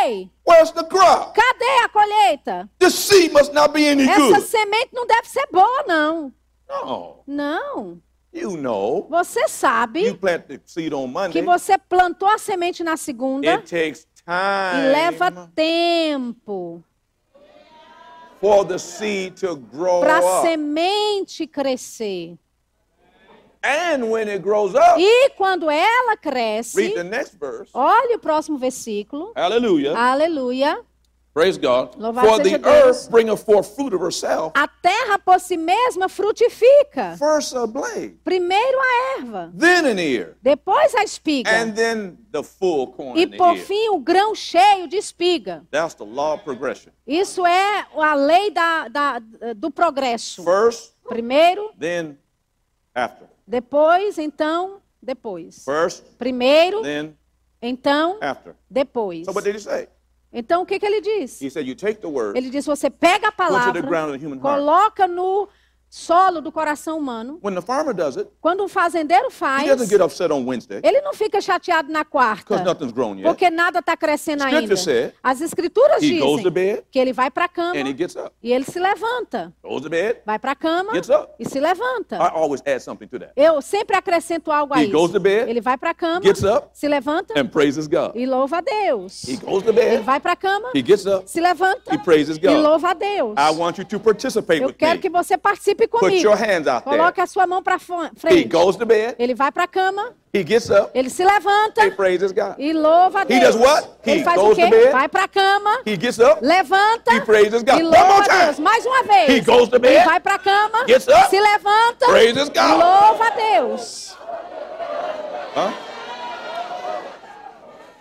S2: Ei,
S3: where's the crop?
S2: cadê a colheita?
S3: This seed must not be any
S2: Essa
S3: good.
S2: semente não deve ser boa, não.
S3: No,
S2: Não.
S3: you know.
S2: Você
S3: You
S2: sabe
S3: plant the seed on
S2: que
S3: Monday.
S2: você plantou a semente na segunda
S3: It takes
S2: e leva
S3: time
S2: tempo
S3: for the seed to grow
S2: para a
S3: up.
S2: semente crescer.
S3: And when it grows up,
S2: E quando ela
S3: read
S2: cresce,
S3: the next verse.
S2: olha o próximo versículo.
S3: Hallelujah.
S2: Aleluia.
S3: Praise God.
S2: Louvado
S3: For
S2: seja
S3: the
S2: Deus.
S3: earth bringeth forth fruit of herself,
S2: A terra por si mesma frutifica.
S3: first a blade,
S2: Primeiro a erva,
S3: then an ear,
S2: depois a espiga.
S3: and then the full corn
S2: E
S3: in the
S2: por
S3: ear.
S2: fim o grão cheio de espiga.
S3: That's the law of progression.
S2: Isso é a lei da, da- do progresso.
S3: First,
S2: Primeiro,
S3: then after.
S2: depois, então, depois.
S3: First,
S2: Primeiro,
S3: then
S2: então,
S3: after.
S2: depois.
S3: So what did he say?
S2: Então o que, que ele diz?
S3: He said, you take the word,
S2: Ele diz: você pega a palavra,
S3: ground of the human heart.
S2: coloca no solo do coração humano.
S3: When the farmer does it,
S2: Quando um fazendeiro
S3: he
S2: faz,
S3: doesn't get upset on Wednesday
S2: ele não fica chateado na quarta,
S3: because nothing's grown yet.
S2: porque nada está crescendo
S3: Scripture
S2: ainda.
S3: said,
S2: As escrituras
S3: he goes to
S2: dizem
S3: bed
S2: que ele vai para a cama
S3: and he gets up.
S2: e ele se levanta.
S3: Goes to bed.
S2: Vai para a cama
S3: Gets up.
S2: e se levanta.
S3: I always add something to that.
S2: Eu sempre acrescento algo a
S3: He goes
S2: isso.
S3: to bed,
S2: ele vai para a cama,
S3: gets up,
S2: se levanta
S3: And praises God.
S2: e louva a Deus.
S3: He goes to
S2: Ele
S3: bed,
S2: vai para a cama,
S3: he gets up,
S2: se levanta
S3: He praises
S2: e
S3: God.
S2: louva a Deus.
S3: I want you to participate
S2: Eu
S3: with
S2: quero que
S3: me.
S2: você participe Participe
S3: Put
S2: comigo.
S3: your hands out there.
S2: Coloque a sua mão para
S3: He
S2: frente.
S3: goes to bed.
S2: Ele vai para a cama,
S3: He gets up.
S2: ele se levanta
S3: He praises God.
S2: e louva a
S3: He
S2: Deus.
S3: does what? He
S2: Ele faz o
S3: goes
S2: quê?
S3: to bed.
S2: Vai para a cama,
S3: He gets up.
S2: levanta
S3: He praises God.
S2: e
S3: One
S2: louva
S3: more
S2: a
S3: time.
S2: Deus. Mais uma vez.
S3: He goes to bed.
S2: Ele vai para a cama,
S3: Gets up.
S2: se levanta
S3: Praises God.
S2: e louva a Deus.
S3: Huh?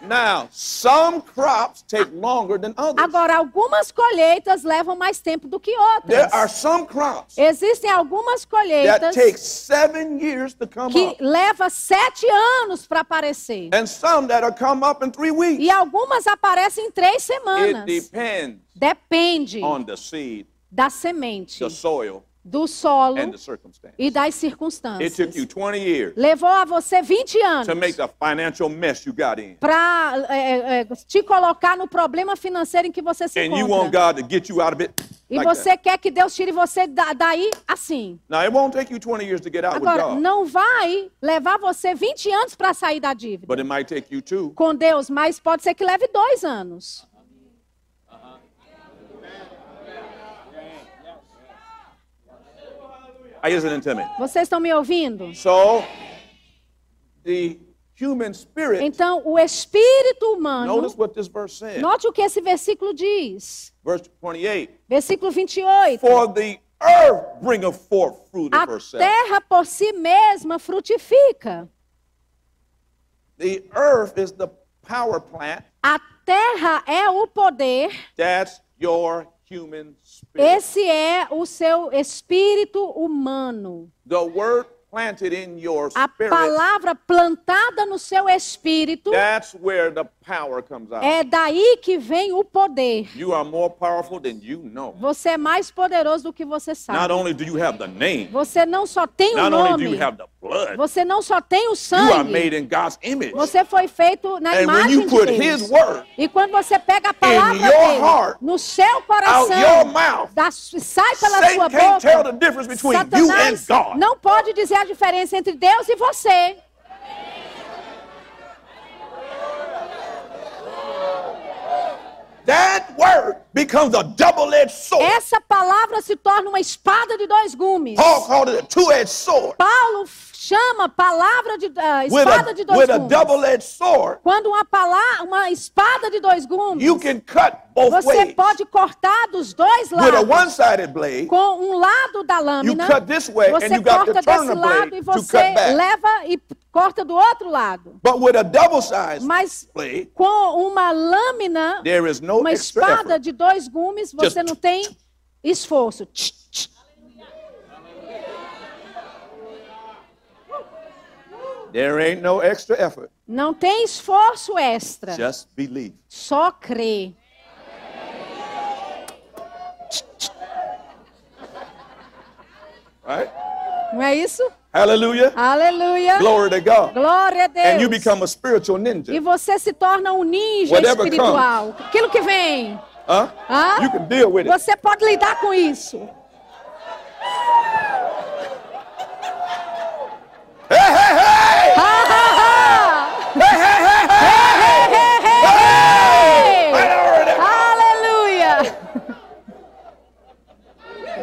S3: Now, some crops take longer than others.
S2: Agora, algumas colheitas levam mais tempo do que
S3: There are
S2: outras.
S3: some crops
S2: Existem algumas
S3: that
S2: colheitas
S3: take seven years to come
S2: que
S3: up,
S2: leva sete anos para aparecer.
S3: and some that are come up in three
S2: E
S3: weeks.
S2: algumas aparecem em três
S3: It
S2: semanas.
S3: depends
S2: Depende
S3: on the seed,
S2: da semente,
S3: the soil,
S2: do solo
S3: and the circumstance.
S2: e das
S3: It took you
S2: circunstâncias.
S3: 20 years
S2: Levou a você 20
S3: to
S2: anos
S3: make the financial mess you got in,
S2: para é, te colocar no problema financeiro em que você se
S3: and you want
S2: encontra.
S3: God to get you out of it.
S2: E
S3: like
S2: você
S3: that.
S2: quer que Deus tire você da- daí assim.
S3: Now, it won't take you 20 years to get out with
S2: Agora,
S3: God,
S2: não vai levar você 20 anos para sair da dívida
S3: but it might take you two.
S2: com Deus, mas pode ser que leve dois anos.
S3: Are you listening to me?
S2: Vocês estão me ouvindo?
S3: So, the human spirit,
S2: Então, o espírito humano
S3: notice what this verse says.
S2: Note o que esse versículo diz.
S3: Verse 28.
S2: Versículo 28.
S3: For the earth bringeth forth fruit
S2: A
S3: of herself.
S2: terra por si mesma frutifica.
S3: The earth is the power plant.
S2: A terra é o poder,
S3: That's your human spirit.
S2: esse é o seu espírito humano.
S3: the word planted in your
S2: A
S3: spirit.
S2: palavra plantada no seu espírito
S3: That's where the power comes out.
S2: é daí que vem o poder.
S3: you are more powerful than you know.
S2: Você é mais poderoso do que você
S3: Not
S2: sabe.
S3: only do you have the name,
S2: Você não só tem o
S3: not only do
S2: nome,
S3: you have the blood,
S2: você não só tem o
S3: you are
S2: sangue,
S3: made in God's image.
S2: você foi feito na
S3: and when
S2: imagem
S3: you
S2: de
S3: put
S2: Deus.
S3: His word
S2: E quando você pega a palavra
S3: your
S2: dele
S3: heart,
S2: no seu
S3: out
S2: coração,
S3: your mouth,
S2: da- sai pela sua
S3: Satan can't tell the
S2: boca,
S3: difference between you and
S2: Satanás
S3: God.
S2: não pode dizer a diferença entre Deus e você.
S3: That word becomes a double-edged sword.
S2: Essa palavra se torna uma espada de dois gumes.
S3: Paul called it a two-edged sword.
S2: Paulo f- chama palavra de ah,
S3: With
S2: espada de
S3: a,
S2: dois
S3: with a
S2: gumes.
S3: double-edged sword,
S2: Quando uma palavra, uma espada de dois gumes,
S3: you can cut both
S2: você
S3: ways.
S2: pode cortar dos dois
S3: With a
S2: lados.
S3: one-sided blade,
S2: com um lado da lâmina,
S3: cut this way and
S2: você
S3: you got to
S2: corta desse
S3: turn the blade
S2: lado e
S3: to cut
S2: você
S3: back.
S2: leva e p- corta do outro lado.
S3: but with a double-sided
S2: Mas
S3: blade,
S2: com uma lâmina,
S3: there is no
S2: uma
S3: extra
S2: espada
S3: effort.
S2: de dois gumes, você
S3: Just
S2: não tem esforço. Tch, tch.
S3: There ain't no extra effort.
S2: Não tem esforço extra.
S3: Just believe.
S2: Só crê.
S3: Right?
S2: Não é isso?
S3: Hallelujah.
S2: Aleluia.
S3: Glory to God.
S2: Glória a Deus.
S3: And you become a spiritual
S2: E
S3: ninja.
S2: você se torna um ninja
S3: Whatever
S2: espiritual. Aquilo que vem.
S3: Huh?
S2: Hã?
S3: You can deal with it.
S2: Você pode lidar com isso.
S3: Hey, hey, hey!
S2: Ah, ah, ah.
S3: Hey, hey, hey, hey!
S2: Hey!
S3: Glory to
S2: Aleluia!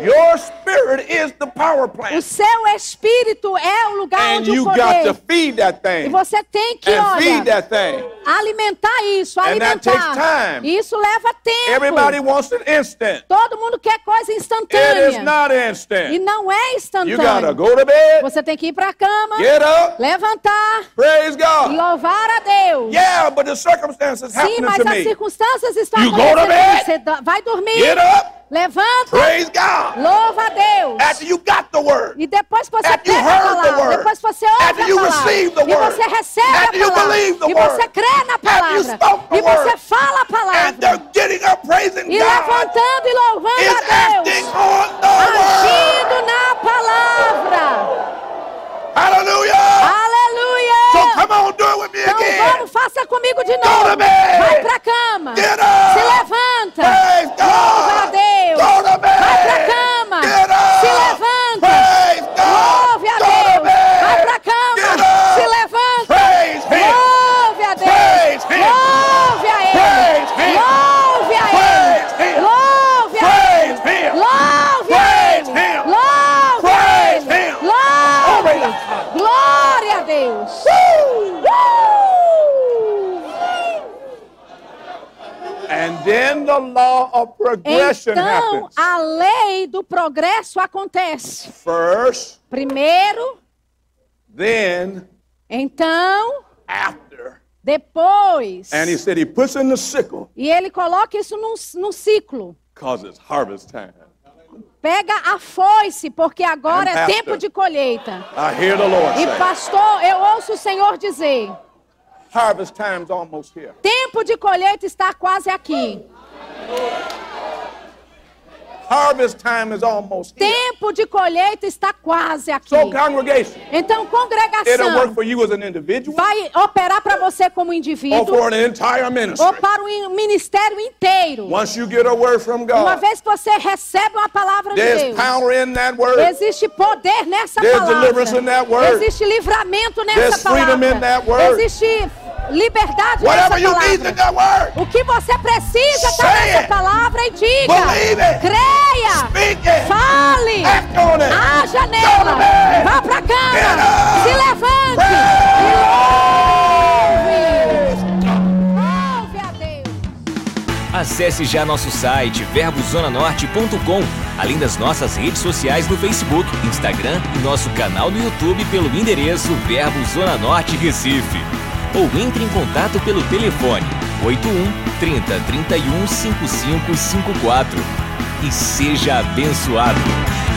S3: Your spirit is the power
S2: O
S3: plant.
S2: seu espírito é o lugar
S3: And
S2: onde o
S3: you got
S2: poder.
S3: to feed that
S2: E
S3: thing.
S2: você tem que,
S3: And feed
S2: olha,
S3: that thing.
S2: alimentar isso,
S3: And that
S2: alimentar.
S3: takes time.
S2: Isso leva
S3: Everybody
S2: tempo.
S3: wants it instant.
S2: Todo mundo quer coisa
S3: It is
S2: instantânea.
S3: not
S2: E
S3: instant.
S2: não é
S3: You gotta
S2: instantâneo.
S3: go to bed,
S2: Você tem que ir para a cama,
S3: get up,
S2: levantar,
S3: praise God.
S2: louvar a Deus.
S3: Yeah, but the circumstances
S2: Sim,
S3: happening
S2: mas
S3: to
S2: as
S3: me.
S2: circunstâncias estão
S3: You go to
S2: acontecendo.
S3: bed.
S2: Você do- vai
S3: Get
S2: dormir,
S3: up,
S2: levanta,
S3: praise God.
S2: louva a Deus.
S3: After you got the word,
S2: E depois que você
S3: After you
S2: pega a
S3: heard the
S2: palavra,
S3: word.
S2: depois que você ouve
S3: After
S2: a
S3: you
S2: palavra,
S3: receive the
S2: e
S3: word.
S2: você recebe
S3: After
S2: a
S3: you
S2: palavra,
S3: believe the
S2: e
S3: word.
S2: você crê na
S3: you
S2: palavra,
S3: spoke the
S2: e você
S3: word.
S2: fala a
S3: and
S2: palavra,
S3: they're getting up, praising
S2: e
S3: God,
S2: levantando e
S3: is
S2: louvando a
S3: acting
S2: Deus,
S3: on the word.
S2: agindo na palavra.
S3: Hallelujah. So
S2: Aleluia!
S3: come on, do it with me
S2: Então
S3: again.
S2: vamos, faça comigo de
S3: to
S2: novo.
S3: bed.
S2: Vai pra cama, se
S3: Get up.
S2: levanta,
S3: Praise
S2: louva a
S3: God.
S2: Deus,
S3: Go to bed.
S2: vai pra cama,
S3: Get up.
S2: se levanta.
S3: Praise God.
S2: Louve a
S3: Go to
S2: Deus.
S3: bed.
S2: Vai pra cama.
S3: Get up.
S2: Se levanta.
S3: Praise Him.
S2: Louve a Deus.
S3: Praise Him.
S2: Louve a
S3: Praise
S2: Ele.
S3: Him.
S2: Louve a
S3: Praise
S2: Ele.
S3: Him.
S2: Louve a Ele.
S3: Praise Him.
S2: Louve a
S3: Praise
S2: Ele.
S3: Him.
S2: Louve
S3: the law of progression
S2: Então,
S3: é happens.
S2: a lei do progresso acontece.
S3: First,
S2: Primeiro,
S3: then
S2: então,
S3: after.
S2: depois.
S3: And he said he puts in the sickle
S2: E ele coloca isso num, num ciclo.
S3: because it's harvest time.
S2: Pega a foice, porque agora é
S3: After.
S2: tempo de colheita.
S3: I hear the Lord
S2: E
S3: say,
S2: pastor, eu ouço o Senhor dizer:
S3: harvest time's almost here.
S2: tempo de colheita está quase aqui.
S3: Harvest time is almost here.
S2: Tempo de colheita está quase aqui.
S3: So congregation,
S2: Então,
S3: it'll work
S2: congregação
S3: for you as an individual
S2: vai operar para você como
S3: or
S2: indivíduo
S3: for an entire ministry.
S2: ou para o in- ministério inteiro.
S3: Once you get a word from
S2: Uma
S3: God,
S2: vez que você recebe uma palavra de
S3: there's
S2: Deus,
S3: power in that word.
S2: existe poder nessa
S3: There's
S2: palavra.
S3: deliverance in that word.
S2: Existe livramento
S3: There's
S2: nessa
S3: freedom in that
S2: palavra.
S3: word.
S2: Existe liberdade
S3: Whatever
S2: nessa
S3: you need in
S2: palavra.
S3: that word,
S2: O que você precisa está
S3: Say
S2: nessa
S3: it.
S2: palavra e diga.
S3: Believe it.
S2: Creia.
S3: speak it,
S2: Fale.
S3: act on it.
S2: Haja nela.
S3: bed.
S2: Vá pra
S3: Get
S2: cama.
S3: up.
S2: Se levante. E ouve. Ouve a Deus.
S1: Acesse já nosso site verbozonanorte.com, além das nossas redes sociais no Facebook, Instagram e nosso canal no YouTube pelo endereço Verbo Zona Norte Recife. Ou entre em contato pelo telefone 81 30 31 5554 e seja abençoado.